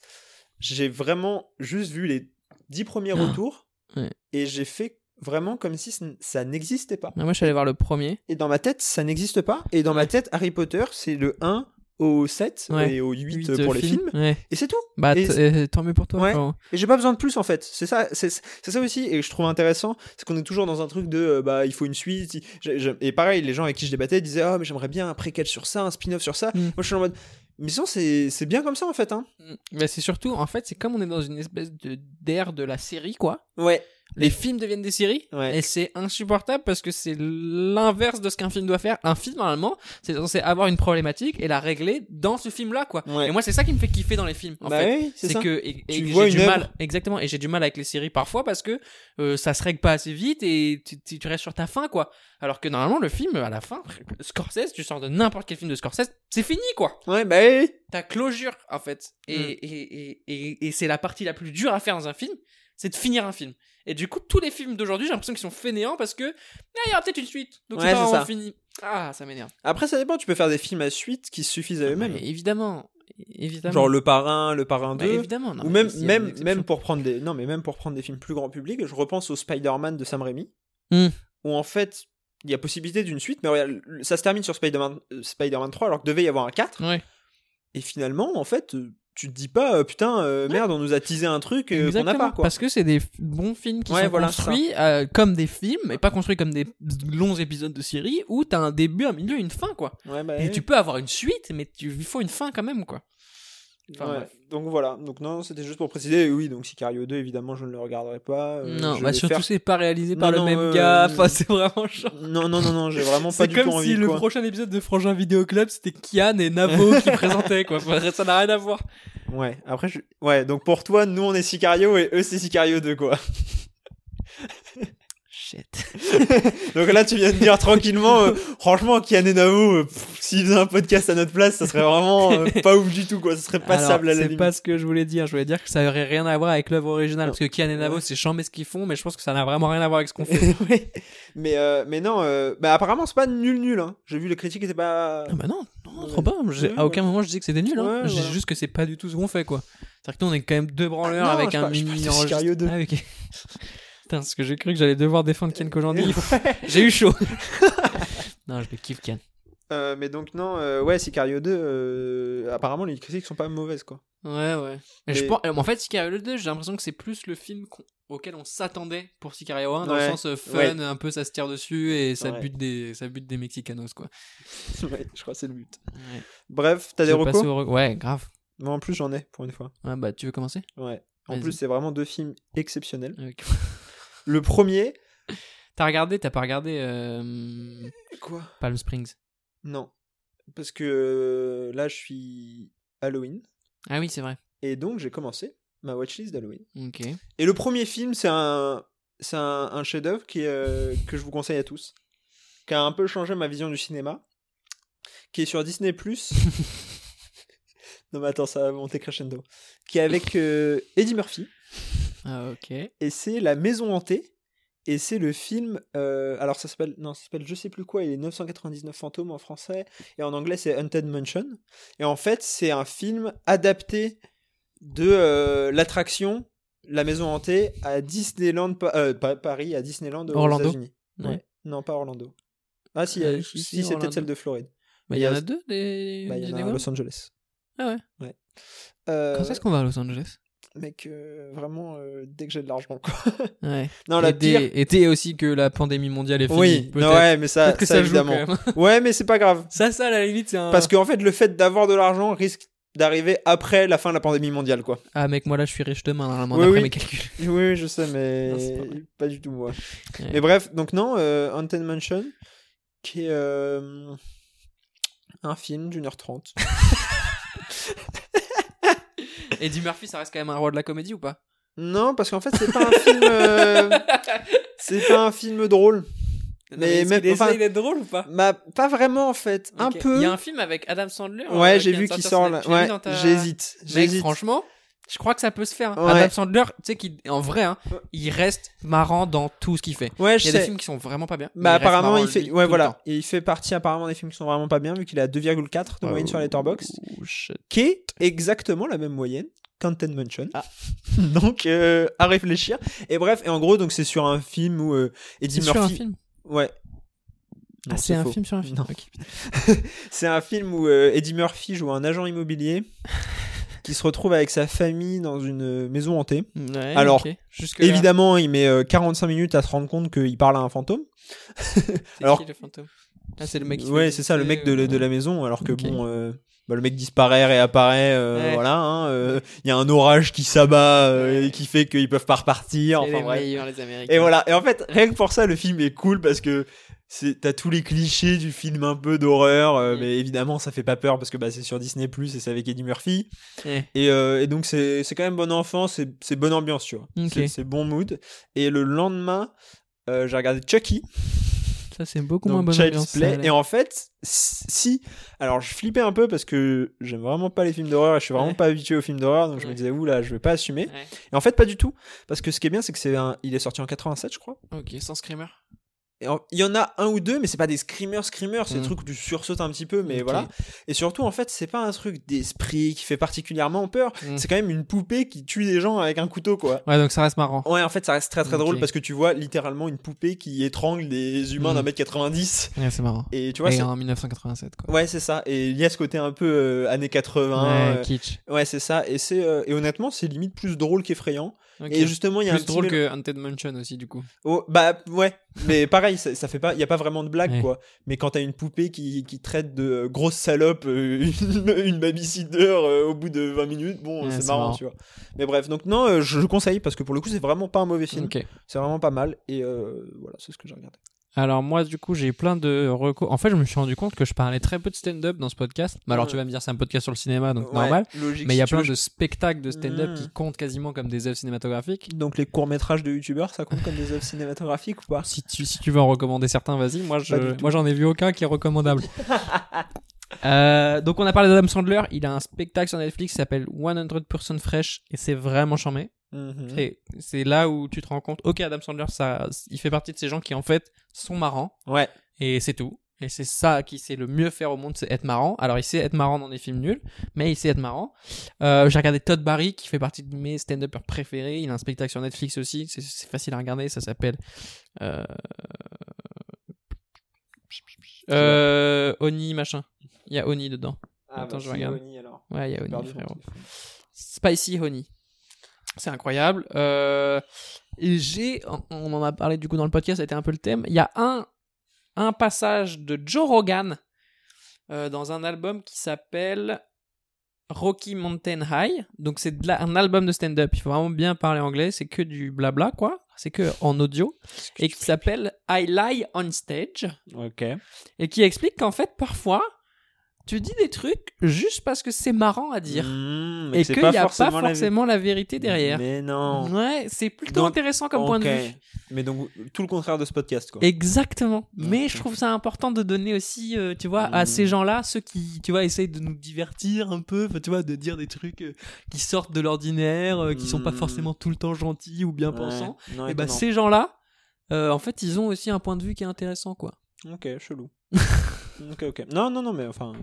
Speaker 5: j'ai vraiment juste vu les dix premiers retours
Speaker 6: Ah, Ouais.
Speaker 5: et j'ai fait vraiment comme si ce n- ça n'existait pas.
Speaker 6: Mais moi je suis allé voir le premier
Speaker 5: Et dans ma tête, ça n'existe pas. Et dans ma tête, Harry Potter, c'est le 1 au 7
Speaker 6: Ouais.
Speaker 5: et au 8,
Speaker 6: Huit,
Speaker 5: euh, pour
Speaker 6: euh,
Speaker 5: les films.
Speaker 6: Ouais.
Speaker 5: Et c'est tout.
Speaker 6: Bah,
Speaker 5: Et
Speaker 6: t- euh, tant mieux pour toi.
Speaker 5: Ouais.
Speaker 6: enfin.
Speaker 5: Et j'ai pas besoin de plus en fait. C'est ça, c'est c'est ça aussi. Et je trouve intéressant, c'est qu'on est toujours dans un truc de euh, bah il faut une suite. il- j'ai- j'ai- Et pareil, les gens avec qui je débattais disaient ah mais j'aimerais bien un préquel sur ça, un spin-off sur ça.
Speaker 6: Mm.
Speaker 5: Moi je suis en mode mais sinon c'est c'est bien comme ça en fait hein.
Speaker 6: Mais Mm. Bah, c'est surtout, en fait, c'est comme on est dans une espèce de d'air de la série, quoi.
Speaker 5: Ouais.
Speaker 6: Les films deviennent des séries.
Speaker 5: Ouais.
Speaker 6: Et c'est insupportable parce que c'est l'inverse de ce qu'un film doit faire. Un film, normalement, c'est censé avoir une problématique et la régler dans ce film-là, quoi.
Speaker 5: Ouais.
Speaker 6: Et moi, c'est ça qui me fait kiffer dans les films, en
Speaker 5: bah
Speaker 6: fait.
Speaker 5: oui, c'est
Speaker 6: c'est
Speaker 5: ça.
Speaker 6: que et, et
Speaker 5: Tu
Speaker 6: j'ai
Speaker 5: vois
Speaker 6: du
Speaker 5: une œuvre.
Speaker 6: mal exactement et j'ai du mal avec les séries parfois parce que euh, ça se règle pas assez vite et tu, tu- tu restes sur ta fin quoi alors que normalement le film à la fin Scorsese tu sors de n'importe quel film de Scorsese c'est fini quoi
Speaker 5: Ouais bah oui.
Speaker 6: ta closure en fait et,
Speaker 5: Mm.
Speaker 6: et, et, et, et c'est la partie la plus dure à faire dans un film c'est de finir un film et du coup tous les films d'aujourd'hui j'ai l'impression qu'ils sont fainéants parce que ah, il y aura peut-être une suite donc
Speaker 5: Ouais,
Speaker 6: c'est pas
Speaker 5: c'est
Speaker 6: vraiment
Speaker 5: ça.
Speaker 6: fini ah ça m'énerve
Speaker 5: Après ça dépend. Tu peux faire des films à suite qui suffisent à eux-mêmes.
Speaker 6: Mais évidemment Ah, bah, évidemment
Speaker 5: Genre le parrain, le parrain
Speaker 6: Bah,
Speaker 5: 2.
Speaker 6: évidemment non,
Speaker 5: Ou
Speaker 6: mais
Speaker 5: même,
Speaker 6: s'il y a des
Speaker 5: même,
Speaker 6: exceptions.
Speaker 5: même pour prendre des, non, mais même pour prendre des films plus grand public, je repense au Spider-Man de Sam Raimi,
Speaker 6: Hmm.
Speaker 5: où en fait, il y a possibilité d'une suite, mais regarde, le- ça se termine sur Spider-Man euh, Spider-Man 3, alors que devait y avoir un 4.
Speaker 6: Ouais.
Speaker 5: Et finalement, en fait, euh, tu te dis pas, euh, putain, euh, merde, on nous a teasé un truc euh, qu'on n'a
Speaker 6: Exactement,
Speaker 5: pas, quoi.
Speaker 6: Parce que c'est des f- bons films qui
Speaker 5: Ouais,
Speaker 6: sont
Speaker 5: voilà,
Speaker 6: construits euh, comme des films, et pas construits comme des longs épisodes de série où t'as un début, un milieu, une fin, quoi.
Speaker 5: Ouais, bah,
Speaker 6: Et
Speaker 5: oui.
Speaker 6: tu peux avoir une suite, mais tu, il faut une fin quand même, quoi. Enfin,
Speaker 5: Ouais.
Speaker 6: bref.
Speaker 5: Donc voilà, donc non, c'était juste pour préciser, oui, donc Sicario 2, évidemment, je ne le regarderai pas. euh,
Speaker 6: non,
Speaker 5: je
Speaker 6: bah
Speaker 5: vais
Speaker 6: surtout
Speaker 5: faire-
Speaker 6: c'est pas réalisé
Speaker 5: Non,
Speaker 6: par
Speaker 5: non,
Speaker 6: le même
Speaker 5: euh,
Speaker 6: gars, enfin c'est vraiment chiant.
Speaker 5: Non, non, non, non, j'ai vraiment pas
Speaker 6: C'est
Speaker 5: du
Speaker 6: comme
Speaker 5: tout envie.
Speaker 6: si le
Speaker 5: quoi.
Speaker 6: prochain épisode de Frangin Vidéo Club c'était Kian et Navo qui présentaient, quoi. Enfin, Ça n'a rien à voir.
Speaker 5: Ouais, après, je... ouais, donc pour toi, nous on est Sicario et eux c'est Sicario 2, quoi.
Speaker 6: Shit.
Speaker 5: Donc là, tu viens de dire tranquillement, euh, franchement, Kian et Navo, euh, pff, s'ils faisaient un podcast à notre place, ça serait vraiment euh, pas ouf du tout, quoi. Ça serait
Speaker 6: Alors,
Speaker 5: passable à la
Speaker 6: C'est
Speaker 5: limite.
Speaker 6: pas ce que je voulais dire. Je voulais dire que ça aurait rien à voir avec l'œuvre originale. Parce que Kian et Navo, c'est chambé ce qu'ils font, mais je pense que ça n'a vraiment rien à voir avec ce qu'on fait.
Speaker 5: Ouais. Mais, euh, mais non, euh, bah, apparemment, c'est pas nul nul. Hein. J'ai vu les critiques étaient pas.
Speaker 6: Ah bah non, non,
Speaker 5: Ouais.
Speaker 6: trop pas. J'ai-
Speaker 5: Ouais,
Speaker 6: à aucun moment je dis que c'était nul. Hein.
Speaker 5: Ouais,
Speaker 6: je dis
Speaker 5: voilà.
Speaker 6: juste que c'est pas du tout ce qu'on fait quoi. C'est-à-dire que nous on est quand même deux branleurs
Speaker 5: Ah non,
Speaker 6: avec
Speaker 5: je
Speaker 6: un
Speaker 5: parle- je
Speaker 6: mini
Speaker 5: parle de Sicario
Speaker 6: enregistre-
Speaker 5: 2.
Speaker 6: Ah, ok. Putain, parce que j'ai cru que j'allais devoir défendre
Speaker 5: Euh,
Speaker 6: Ken Kojandi. j'ai eu chaud. non, je le kiffe Ken.
Speaker 5: Euh, mais donc, non, euh, ouais, Sicario 2, euh, apparemment, les critiques sont pas mauvaises, quoi.
Speaker 6: Ouais, ouais. Mais je
Speaker 5: Et-
Speaker 6: pense... En fait, Sicario 2, j'ai l'impression que c'est plus le film qu'on- auquel on s'attendait pour Sicario 1, dans le
Speaker 5: Ouais.
Speaker 6: sens euh, fun,
Speaker 5: Ouais.
Speaker 6: un peu ça se tire dessus et ça,
Speaker 5: Ouais.
Speaker 6: bute, des... ça bute des Mexicanos quoi.
Speaker 5: ouais, je crois que c'est le but. Bref, t'as des
Speaker 6: Je vais passer
Speaker 5: recos
Speaker 6: au re- Ouais, grave.
Speaker 5: Moi, en plus, j'en ai, pour une fois.
Speaker 6: Ouais, bah tu veux commencer
Speaker 5: Ouais. En
Speaker 6: Vas-y.
Speaker 5: plus, c'est vraiment deux films exceptionnels.
Speaker 6: Ok.
Speaker 5: Le premier.
Speaker 6: T'as regardé, t'as pas regardé euh,
Speaker 5: Quoi
Speaker 6: Palm Springs
Speaker 5: Non. Parce que euh, là, je suis Halloween.
Speaker 6: Ah oui, c'est vrai.
Speaker 5: Et donc, j'ai commencé ma watchlist d'Halloween.
Speaker 6: Ok.
Speaker 5: Et le premier film, c'est un, c'est un, un chef-d'œuvre qui, euh, que je vous conseille à tous, qui a un peu changé ma vision du cinéma, qui est sur Disney Plus. non mais attends, ça va monter crescendo. Qui est avec euh, Eddie Murphy
Speaker 6: Ah, ok.
Speaker 5: et c'est La Maison hantée. Et c'est le film, euh, alors ça s'appelle, non, ça s'appelle je sais plus quoi, il est 999 fantômes en français, et en anglais c'est Haunted Mansion. Et en fait, c'est un film adapté de euh, l'attraction La Maison hantée à Disneyland, Pa- euh, pas Paris, à Disneyland aux
Speaker 6: Orlando.
Speaker 5: États-unis. Ouais.
Speaker 6: Ouais.
Speaker 5: Non, pas Orlando. Ah si,
Speaker 6: Euh,
Speaker 5: euh,
Speaker 6: si,
Speaker 5: si,
Speaker 6: si,
Speaker 5: c'est
Speaker 6: Orlando.
Speaker 5: peut-être celle de Floride.
Speaker 6: Bah, il y en a deux des.
Speaker 5: Bah, il y en a
Speaker 6: des
Speaker 5: à
Speaker 6: Wham
Speaker 5: Los Angeles.
Speaker 6: Ah ouais.
Speaker 5: Euh,
Speaker 6: Quand est-ce qu'on va à Los Angeles
Speaker 5: Mec, euh, vraiment, euh, dès que j'ai de l'argent, quoi.
Speaker 6: Ouais.
Speaker 5: Non, la
Speaker 6: et, des-
Speaker 5: pire...
Speaker 6: et t'es aussi que la pandémie mondiale est finie.
Speaker 5: Oui,
Speaker 6: peut-être.
Speaker 5: non, ouais, mais ça,
Speaker 6: Peut-être que
Speaker 5: ça,
Speaker 6: ça, joue Ah.
Speaker 5: évidemment.
Speaker 6: quand même.
Speaker 5: Ouais, mais c'est pas grave.
Speaker 6: ça, ça, à la limite, c'est un.
Speaker 5: Parce que, en fait, le fait d'avoir de l'argent risque d'arriver après la fin de la pandémie mondiale, quoi.
Speaker 6: Ah, mec, moi là, je suis riche demain, normalement,
Speaker 5: Oui,
Speaker 6: d'après
Speaker 5: oui.
Speaker 6: mes calculs.
Speaker 5: Oui, oui, je sais, mais
Speaker 6: Non, c'est pas vrai.
Speaker 5: pas du tout, moi.
Speaker 6: Ouais.
Speaker 5: Mais bref, donc, non, euh, Haunted Mansion, qui est euh, un film d'une heure trente.
Speaker 6: Eddie Murphy, ça reste quand même un roi de la comédie ou pas
Speaker 5: non, parce qu'en fait, c'est pas un film. euh, c'est pas un film drôle.
Speaker 6: Non,
Speaker 5: Mais
Speaker 6: est-ce
Speaker 5: même-
Speaker 6: qu'il
Speaker 5: enfin-
Speaker 6: essaye d'être drôle ou pas
Speaker 5: Bah, pas vraiment, en fait. Un
Speaker 6: Ok.
Speaker 5: peu.
Speaker 6: Il y a un film avec Adam Sandler. euh,
Speaker 5: Ouais, j'ai
Speaker 6: qui
Speaker 5: vu
Speaker 6: vient de sortir,
Speaker 5: qu'il sort
Speaker 6: ça-
Speaker 5: là.
Speaker 6: tu l'as
Speaker 5: Ouais,
Speaker 6: mis dans ta-
Speaker 5: j'hésite.
Speaker 6: Mec,
Speaker 5: J'hésite.
Speaker 6: franchement, je crois que ça peut se faire. hein.
Speaker 5: Ouais.
Speaker 6: Adam Sandler, tu sais qu'il, en vrai, hein, il reste marrant dans tout ce qu'il fait.
Speaker 5: Ouais,
Speaker 6: Il
Speaker 5: je
Speaker 6: y a des
Speaker 5: sais.
Speaker 6: films qui sont vraiment pas bien. mais
Speaker 5: Bah
Speaker 6: reste
Speaker 5: apparemment
Speaker 6: marrant,
Speaker 5: il
Speaker 6: lui,
Speaker 5: fait
Speaker 6: tout
Speaker 5: ouais
Speaker 6: le
Speaker 5: voilà
Speaker 6: temps.
Speaker 5: et il fait partie apparemment des films qui sont vraiment pas bien vu qu'il a 2,4 de moyenne sur Letterboxd
Speaker 6: Ah, Oh, shit.
Speaker 5: qui est exactement la même moyenne qu'Anten Mansion.
Speaker 6: Ah.
Speaker 5: donc euh, à réfléchir et bref et en gros donc c'est sur un film où euh, Eddie
Speaker 6: C'est
Speaker 5: Murphy
Speaker 6: sur un film.
Speaker 5: ouais Non,
Speaker 6: Ah, c'est un
Speaker 5: faux.
Speaker 6: film sur un film.
Speaker 5: Non.
Speaker 6: Ok.
Speaker 5: C'est un film où euh, Eddie Murphy joue un agent immobilier qui se retrouve avec sa famille dans une euh, maison hantée.
Speaker 6: Ouais,
Speaker 5: Alors,
Speaker 6: ok. Jusque-là,
Speaker 5: Évidemment, il met euh, 45 minutes à se rendre compte qu'il parle à un fantôme.
Speaker 6: c'est
Speaker 5: alors-
Speaker 6: qui, le fantôme Ah, c'est le mec. qui
Speaker 5: ouais,
Speaker 6: fait
Speaker 5: c'est ça, le mec de,
Speaker 6: exister,
Speaker 5: la- de
Speaker 6: euh,
Speaker 5: la maison, alors que
Speaker 6: Ok.
Speaker 5: bon, euh, bah, le mec disparaît, réapparaît, euh,
Speaker 6: Ouais.
Speaker 5: voilà. hein, euh, Il y a un orage qui s'abat euh, et qui fait qu'ils peuvent pas repartir.
Speaker 6: c'est
Speaker 5: Enfin,
Speaker 6: les
Speaker 5: bref.
Speaker 6: meilleurs, les Américains.
Speaker 5: Et voilà. Et en fait, rien que pour ça, le film est cool parce que c'est t'as tous les clichés du film un peu d'horreur, euh,
Speaker 6: Mm.
Speaker 5: mais évidemment, ça fait pas peur parce que bah, c'est sur Disney Plus et c'est avec Eddie Murphy.
Speaker 6: Ouais.
Speaker 5: Et, euh, et donc c'est c'est quand même bon enfant, c'est c'est bonne ambiance, tu vois.
Speaker 6: Ok.
Speaker 5: C'est- C'est bon mood. Et le lendemain, euh, j'ai regardé Chucky.
Speaker 6: Ça, c'est beaucoup
Speaker 5: Donc,
Speaker 6: moins bonne
Speaker 5: Child's
Speaker 6: ambiance. ça,
Speaker 5: Play.
Speaker 6: là.
Speaker 5: Et en fait, si. Alors, je flippais un peu parce que j'aime vraiment pas les films d'horreur et je suis vraiment
Speaker 6: Ouais.
Speaker 5: pas habitué aux films d'horreur. Donc, je me
Speaker 6: Ouais.
Speaker 5: disais, ouh là, je vais pas assumer.
Speaker 6: Ouais.
Speaker 5: Et en fait, pas du tout. Parce que ce qui est bien, c'est que c'est un... il est sorti en 87, je crois.
Speaker 6: Ok, sans screamer.
Speaker 5: Et en- Il y en a un ou deux, mais c'est pas des screamers, screamers. C'est
Speaker 6: Mm.
Speaker 5: des trucs où tu sursautes un petit peu, mais
Speaker 6: Ok.
Speaker 5: voilà. Et surtout, en fait, c'est pas un truc d'esprit qui fait particulièrement peur.
Speaker 6: Mm.
Speaker 5: C'est quand même une poupée qui tue des gens avec un couteau, quoi.
Speaker 6: Ouais, donc ça reste marrant.
Speaker 5: Ouais, en fait, ça reste très très
Speaker 6: Ok.
Speaker 5: drôle parce que tu vois littéralement une poupée qui étrangle des humains
Speaker 6: Mm.
Speaker 5: d'un mètre 90.
Speaker 6: Ouais, c'est marrant.
Speaker 5: Et tu vois,
Speaker 6: et
Speaker 5: c'est-
Speaker 6: en 1987, quoi.
Speaker 5: Ouais, c'est ça. Et il y a ce côté un peu euh, années 80. euh,
Speaker 6: Ouais, kitsch.
Speaker 5: Ouais, c'est ça. Et, c'est, euh, et honnêtement, c'est limite plus drôle qu'effrayant.
Speaker 6: Ok.
Speaker 5: Et justement, il y a un
Speaker 6: Plus
Speaker 5: petit
Speaker 6: drôle
Speaker 5: mél-
Speaker 6: que Haunted Mansion aussi, du coup.
Speaker 5: Oh, bah ouais, mais pareil, ça, ça fait pas, il y a pas vraiment de blague
Speaker 6: Ouais.
Speaker 5: quoi. Mais quand t'as une poupée qui, qui traite de euh, grosse salope euh, une, une babysitter euh, au bout de 20 minutes, bon,
Speaker 6: Ouais,
Speaker 5: c'est
Speaker 6: c'est
Speaker 5: marrant,
Speaker 6: marrant.
Speaker 5: tu vois. Mais bref, donc non, euh, je, je conseille parce que pour le coup, c'est vraiment pas un mauvais film.
Speaker 6: Ok.
Speaker 5: C'est vraiment pas mal et euh, voilà, c'est ce que j'ai regardé.
Speaker 6: Alors moi du coup j'ai eu plein de recours. En fait je me suis rendu compte que je parlais très peu de stand-up dans ce podcast. Mais alors
Speaker 5: Ouais.
Speaker 6: tu vas me dire c'est un podcast sur le cinéma donc
Speaker 5: Ouais,
Speaker 6: normal.
Speaker 5: logique,
Speaker 6: Mais il y a
Speaker 5: si tu
Speaker 6: plein
Speaker 5: veux,
Speaker 6: de spectacles de stand-up
Speaker 5: Mm.
Speaker 6: qui comptent quasiment comme des œuvres cinématographiques.
Speaker 5: je- Donc les courts-métrages de youtubeurs, ça compte comme des œuvres cinématographiques ou pas
Speaker 6: Si tu, si tu veux en recommander certains, vas-y. Moi, je,
Speaker 5: Pas du tout.
Speaker 6: moi, j'en ai vu aucun qui est recommandable. Euh, donc, on a parlé d'Adam Sandler. Il a un spectacle sur Netflix qui s'appelle 100% Fresh et c'est vraiment charmé.
Speaker 5: Mhm.
Speaker 6: Et c'est là où tu te rends compte, ok, Adam Sandler, ça, il fait partie de ces gens qui en fait sont marrants.
Speaker 5: Ouais.
Speaker 6: Et c'est tout. Et c'est ça qu'il sait le mieux faire au monde, c'est être marrant. Alors il sait être marrant dans des films nuls, mais il sait être marrant. Euh, J'ai regardé Todd Barry, qui fait partie de mes stand-uppers préférés. Il a un spectacle sur Netflix aussi, c'est- c'est facile à regarder, ça s'appelle... Euh... euh, Oni, machin. Il y a Oni dedans.
Speaker 5: Ah,
Speaker 6: Attends, je regarde. Ouais, il y a Oni, frérot. Spicy Honey. C'est incroyable. Euh, et j'ai, on- on en a parlé du coup dans le podcast, ça a été un peu le thème. Il y a un, un passage de Joe Rogan euh, dans un album qui s'appelle Rocky Mountain High. Donc c'est de la- un album de stand-up. Il faut vraiment bien parler anglais. C'est que du blabla quoi. C'est que en audio et qui s'appelle I Lie on Stage
Speaker 5: Ok.
Speaker 6: et qui explique qu'en fait parfois tu dis des trucs juste parce que c'est marrant à dire
Speaker 5: Hmm,
Speaker 6: et qu'il n'y a pas forcément la vérité derrière.
Speaker 5: Mais non.
Speaker 6: Ouais, c'est plutôt
Speaker 5: Donc,
Speaker 6: intéressant comme point de
Speaker 5: Ok.
Speaker 6: vue.
Speaker 5: Mais donc, tout le contraire de ce podcast, quoi.
Speaker 6: Exactement.
Speaker 5: Mm.
Speaker 6: Mais je trouve ça important de donner aussi, euh, tu vois, à
Speaker 5: Mm.
Speaker 6: ces gens-là, ceux qui, tu vois, essayent de nous divertir un peu, enfin, tu vois, de dire des trucs euh, qui sortent de l'ordinaire, euh, qui sont pas
Speaker 5: Mm.
Speaker 6: forcément tout le temps gentils ou bien
Speaker 5: Ouais.
Speaker 6: pensants.
Speaker 5: Non,
Speaker 6: Et bah,
Speaker 5: étonnant.
Speaker 6: ces gens-là, euh, en fait, ils ont aussi un point de vue qui est intéressant, quoi.
Speaker 5: Ok, chelou. ok, ok. Non, non, non, mais enfin.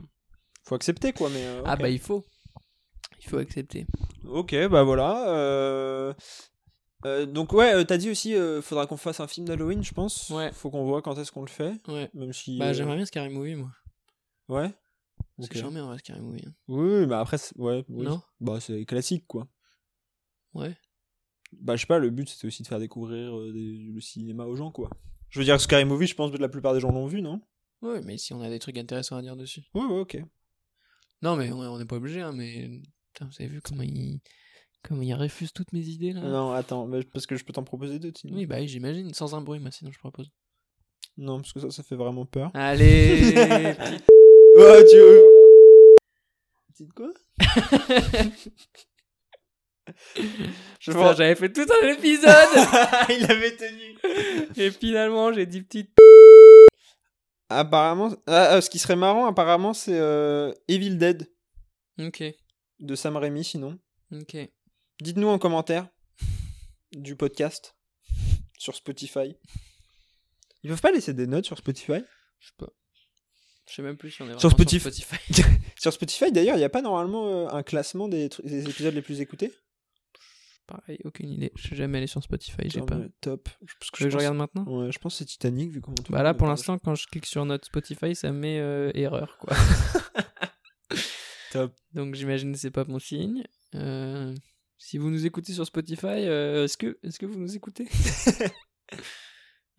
Speaker 5: Faut accepter, quoi. Mais, euh,
Speaker 6: Ah
Speaker 5: ok.
Speaker 6: bah, il faut. Il faut accepter.
Speaker 5: Ok, bah voilà. euh, euh, donc, ouais, euh, t'as dit aussi, euh, faudra qu'on fasse un film d'Halloween, je pense.
Speaker 6: Ouais.
Speaker 5: Faut qu'on voit quand est-ce qu'on le fait.
Speaker 6: Ouais.
Speaker 5: Même si.
Speaker 6: Bah,
Speaker 5: euh,
Speaker 6: j'aimerais bien Scary Movie, moi.
Speaker 5: Ouais.
Speaker 6: C'est
Speaker 5: Ok.
Speaker 6: charmé, en vrai, Scary Movie. hein.
Speaker 5: Oui, oui, bah après, c'est- ouais. oui.
Speaker 6: Non
Speaker 5: Bah, c'est classique, quoi.
Speaker 6: Ouais.
Speaker 5: Bah, je sais pas, le but, c'était aussi de faire découvrir euh, des- le cinéma aux gens, quoi. Je veux dire, Scary Movie, je pense que la plupart des gens l'ont vu, non
Speaker 6: Ouais, mais si on a des trucs intéressants à dire dessus.
Speaker 5: Ouais, ouais, ok.
Speaker 6: Non, mais on on n'est pas obligé, hein, mais. Putain, vous avez vu comment il. Comment il refuse toutes mes idées, là
Speaker 5: Non, attends, mais- parce que je peux t'en proposer deux, sinon.
Speaker 6: Oui, bah oui, j'imagine, sans un bruit, moi, sinon je propose.
Speaker 5: Non, parce que ça, ça fait vraiment peur.
Speaker 6: Allez
Speaker 5: Oh, Dieu Petite quoi Je
Speaker 6: Putain,
Speaker 5: vois.
Speaker 6: J'avais fait tout un épisode
Speaker 5: Il avait tenu
Speaker 6: Et finalement, j'ai dit petite.
Speaker 5: Apparemment, ah, ah, ce qui serait marrant, apparemment, c'est euh, Evil Dead
Speaker 6: Ok,
Speaker 5: de Sam Raimi, sinon.
Speaker 6: ok.
Speaker 5: Dites-nous en commentaire du podcast sur Spotify. Ils peuvent pas laisser des notes sur Spotify
Speaker 6: Je sais pas. Je sais même plus si on est
Speaker 5: Sur
Speaker 6: vraiment
Speaker 5: Spotif-
Speaker 6: Spotify.
Speaker 5: Sur Spotify, d'ailleurs, il n'y a pas normalement euh, un classement des, tru- des épisodes les plus écoutés
Speaker 6: Pareil, aucune idée. Je suis jamais allé sur Spotify, j'ai pas.
Speaker 5: Terme Top. Je- Parce que
Speaker 6: Tu veux que je
Speaker 5: pense-
Speaker 6: regarde maintenant
Speaker 5: Ouais, je pense que c'est Titanic vu comment. tout
Speaker 6: Bah
Speaker 5: le
Speaker 6: là,
Speaker 5: monde
Speaker 6: pour
Speaker 5: est-
Speaker 6: l'instant, quand je clique sur notre Spotify, ça met euh, erreur, quoi.
Speaker 5: Top.
Speaker 6: Donc j'imagine que c'est pas mon signe. Euh, si vous nous écoutez sur Spotify, euh, est-ce que, est que vous nous écoutez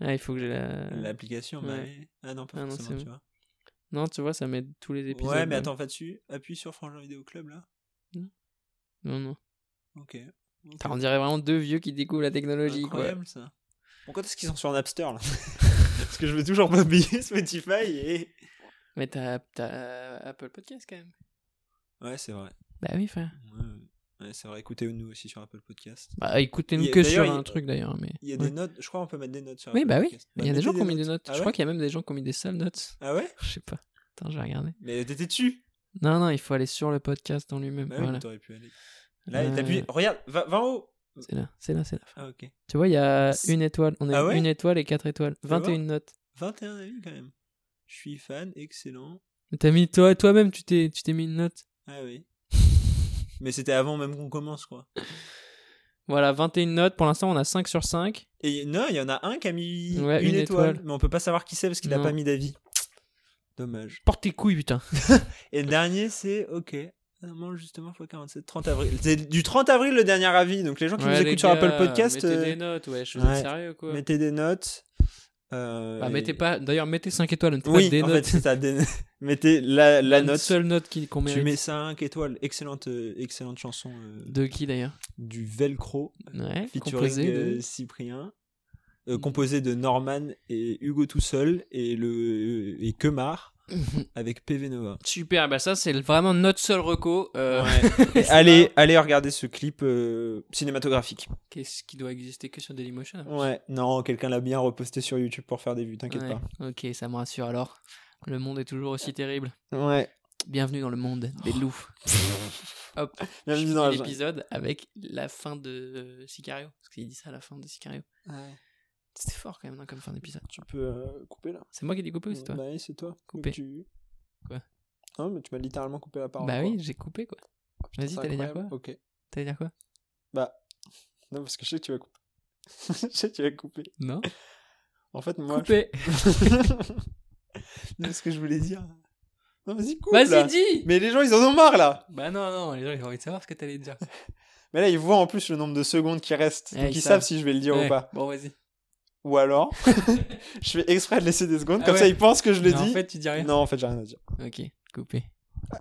Speaker 6: Ah, il faut que j'ai la...
Speaker 5: L'application, bah,
Speaker 6: Ouais.
Speaker 5: mais- ah non, pas
Speaker 6: Ah non,
Speaker 5: forcément,
Speaker 6: c'est
Speaker 5: tu vois.
Speaker 6: Non, tu vois, ça met tous les épisodes. hein.
Speaker 5: ouais, mais
Speaker 6: là.
Speaker 5: attends, va dessus, appuie sur Frangin Vidéo Club là.
Speaker 6: Non, non.
Speaker 5: Ok. Ok.
Speaker 6: Putain, on dirait vraiment deux vieux qui découvrent la technologie, quoi.
Speaker 5: Incroyable ça. Bon, quand est-ce qu'ils sont sur Napster là Parce que je veux toujours pas payer Spotify et.
Speaker 6: Mais t'as t'as Apple Podcast, quand même.
Speaker 5: Ouais, c'est vrai.
Speaker 6: Bah oui, frère.
Speaker 5: Ouais, ouais. Ouais, c'est vrai, écoutez-nous aussi sur Apple Podcast.
Speaker 6: Bah écoutez-nous
Speaker 5: Il y a-
Speaker 6: que sur
Speaker 5: d'ailleurs,
Speaker 6: un
Speaker 5: il-
Speaker 6: truc, d'ailleurs. Mais...
Speaker 5: Il y a
Speaker 6: Ouais.
Speaker 5: des notes, je crois qu'on peut mettre des notes sur
Speaker 6: Oui,
Speaker 5: Apple
Speaker 6: bah oui.
Speaker 5: Podcast.
Speaker 6: Il y a des
Speaker 5: mettez
Speaker 6: gens qui ont mis des notes.
Speaker 5: Ah
Speaker 6: je
Speaker 5: ouais
Speaker 6: crois qu'il y a même des gens qui ont mis des sales notes.
Speaker 5: Ah ouais
Speaker 6: Je sais pas. Attends, je vais regarder.
Speaker 5: Mais t'étais dessus
Speaker 6: Non, non, il faut aller sur le podcast en lui-même.
Speaker 5: Bah oui,
Speaker 6: voilà.
Speaker 5: mais t'aurais pu aller. Là,
Speaker 6: Euh,
Speaker 5: t'appuies, regarde, va, va en haut
Speaker 6: C'est là, c'est là, c'est là.
Speaker 5: Ah ok.
Speaker 6: Tu vois, il y a
Speaker 5: C'est-
Speaker 6: une étoile. On a
Speaker 5: Ah ouais
Speaker 6: une étoile et quatre étoiles.
Speaker 5: vois
Speaker 6: 21 notes.
Speaker 5: 21 avis quand même. Je suis fan, excellent.
Speaker 6: Mais T'as mis toi, toi-même, tu t'es, tu t'es mis une note.
Speaker 5: Ah oui. Mais c'était avant même qu'on commence quoi.
Speaker 6: Voilà, 21 notes. Pour l'instant, on a 5 sur 5.
Speaker 5: Et non, il y en a un qui a mis
Speaker 6: Ouais,
Speaker 5: une,
Speaker 6: une
Speaker 5: étoile,
Speaker 6: étoile.
Speaker 5: mais on peut pas savoir qui c'est parce qu'il a
Speaker 6: Non.
Speaker 5: pas mis d'avis. Dommage.
Speaker 6: Porte tes couilles, putain.
Speaker 5: Et le dernier c'est OK. Ah Non, justement, fois 47, 30 avril. C'est du 30 avril le dernier avis, donc les gens qui nous écoutent sur Apple Podcast,
Speaker 6: Mettez
Speaker 5: euh,
Speaker 6: des notes, ouais, je
Speaker 5: vous
Speaker 6: suis
Speaker 5: êtes ouais.
Speaker 6: sérieux, quoi. Bah,
Speaker 5: mettez des notes. Euh, et-
Speaker 6: mettez pas, d'ailleurs, mettez 5 étoiles, ne mettez
Speaker 5: Oui,
Speaker 6: pas des
Speaker 5: en
Speaker 6: notes.
Speaker 5: fait, c'est ça. des- Mettez la, la
Speaker 6: Une
Speaker 5: note.
Speaker 6: seule note qui- qu'on
Speaker 5: Tu
Speaker 6: mérite.
Speaker 5: mets 5 étoiles. Excellente, euh, excellente chanson euh,
Speaker 6: De qui, d'ailleurs
Speaker 5: du Velcro,
Speaker 6: Ouais,
Speaker 5: featuring
Speaker 6: composé
Speaker 5: euh,
Speaker 6: de- Hmm.
Speaker 5: Cyprien, euh, composé de Norman et Hugo tout seul et le euh, et Kemar avec PV Nova.
Speaker 6: Super, bah ça, c'est vraiment notre seul reco. euh,
Speaker 5: Et allez, allez regarder ce clip euh, cinématographique.
Speaker 6: Qu'est-ce qui doit exister que sur Dailymotion après.
Speaker 5: Ouais, non, quelqu'un l'a bien reposté sur YouTube pour faire des vues, t'inquiète
Speaker 6: Ouais, Ok, ça me rassure alors. Le monde est toujours aussi terrible.
Speaker 5: pas. Ouais. Oh.
Speaker 6: Bienvenue dans le monde des loups. Hop,
Speaker 5: Bienvenue
Speaker 6: je
Speaker 5: dans la
Speaker 6: finis
Speaker 5: jungle.
Speaker 6: l'épisode avec la fin de euh, Sicario. Parce qu'il dit ça à la fin de Sicario.
Speaker 5: Ouais.
Speaker 6: C'était fort quand même non, comme fin d'épisode.
Speaker 5: Tu peux euh, couper là.
Speaker 6: C'est moi qui l'ai coupé ou c'est toi
Speaker 5: Bah oui, c'est toi.
Speaker 6: Coupé.
Speaker 5: Tu-
Speaker 6: Quoi
Speaker 5: Non, mais tu m'as littéralement coupé la parole.
Speaker 6: Bah
Speaker 5: quoi.
Speaker 6: oui, j'ai coupé quoi.
Speaker 5: Oh, putain,
Speaker 6: Vas-y,
Speaker 5: c'est
Speaker 6: t'allais dire
Speaker 5: incroyable.
Speaker 6: quoi
Speaker 5: Ok.
Speaker 6: T'allais dire quoi
Speaker 5: Non, parce que je sais que tu vas couper. je sais que tu vas couper.
Speaker 6: Non
Speaker 5: En fait, moi.
Speaker 6: Coupé
Speaker 5: Non, ce que je voulais dire. Non, vas-y, coupe. là.
Speaker 6: Vas-y, dis
Speaker 5: Mais les gens, ils en ont marre là.
Speaker 6: Bah non, non, les gens ils ont envie de savoir ce que t'allais dire.
Speaker 5: Mais là, ils voient en plus le nombre de secondes qui restent.
Speaker 6: Eh,
Speaker 5: donc ils,
Speaker 6: ils
Speaker 5: savent
Speaker 6: savent.
Speaker 5: si je vais le dire
Speaker 6: Ouais,
Speaker 5: ou pas.
Speaker 6: Bon, vas-y.
Speaker 5: Ou alors, je fais exprès de laisser des secondes.
Speaker 6: Ah
Speaker 5: comme ça,
Speaker 6: ouais.
Speaker 5: ils pensent que je l'ai
Speaker 6: Non,
Speaker 5: dit.
Speaker 6: En fait, tu dis rien.
Speaker 5: Non, en fait, j'ai rien à dire.
Speaker 6: Ok, coupé.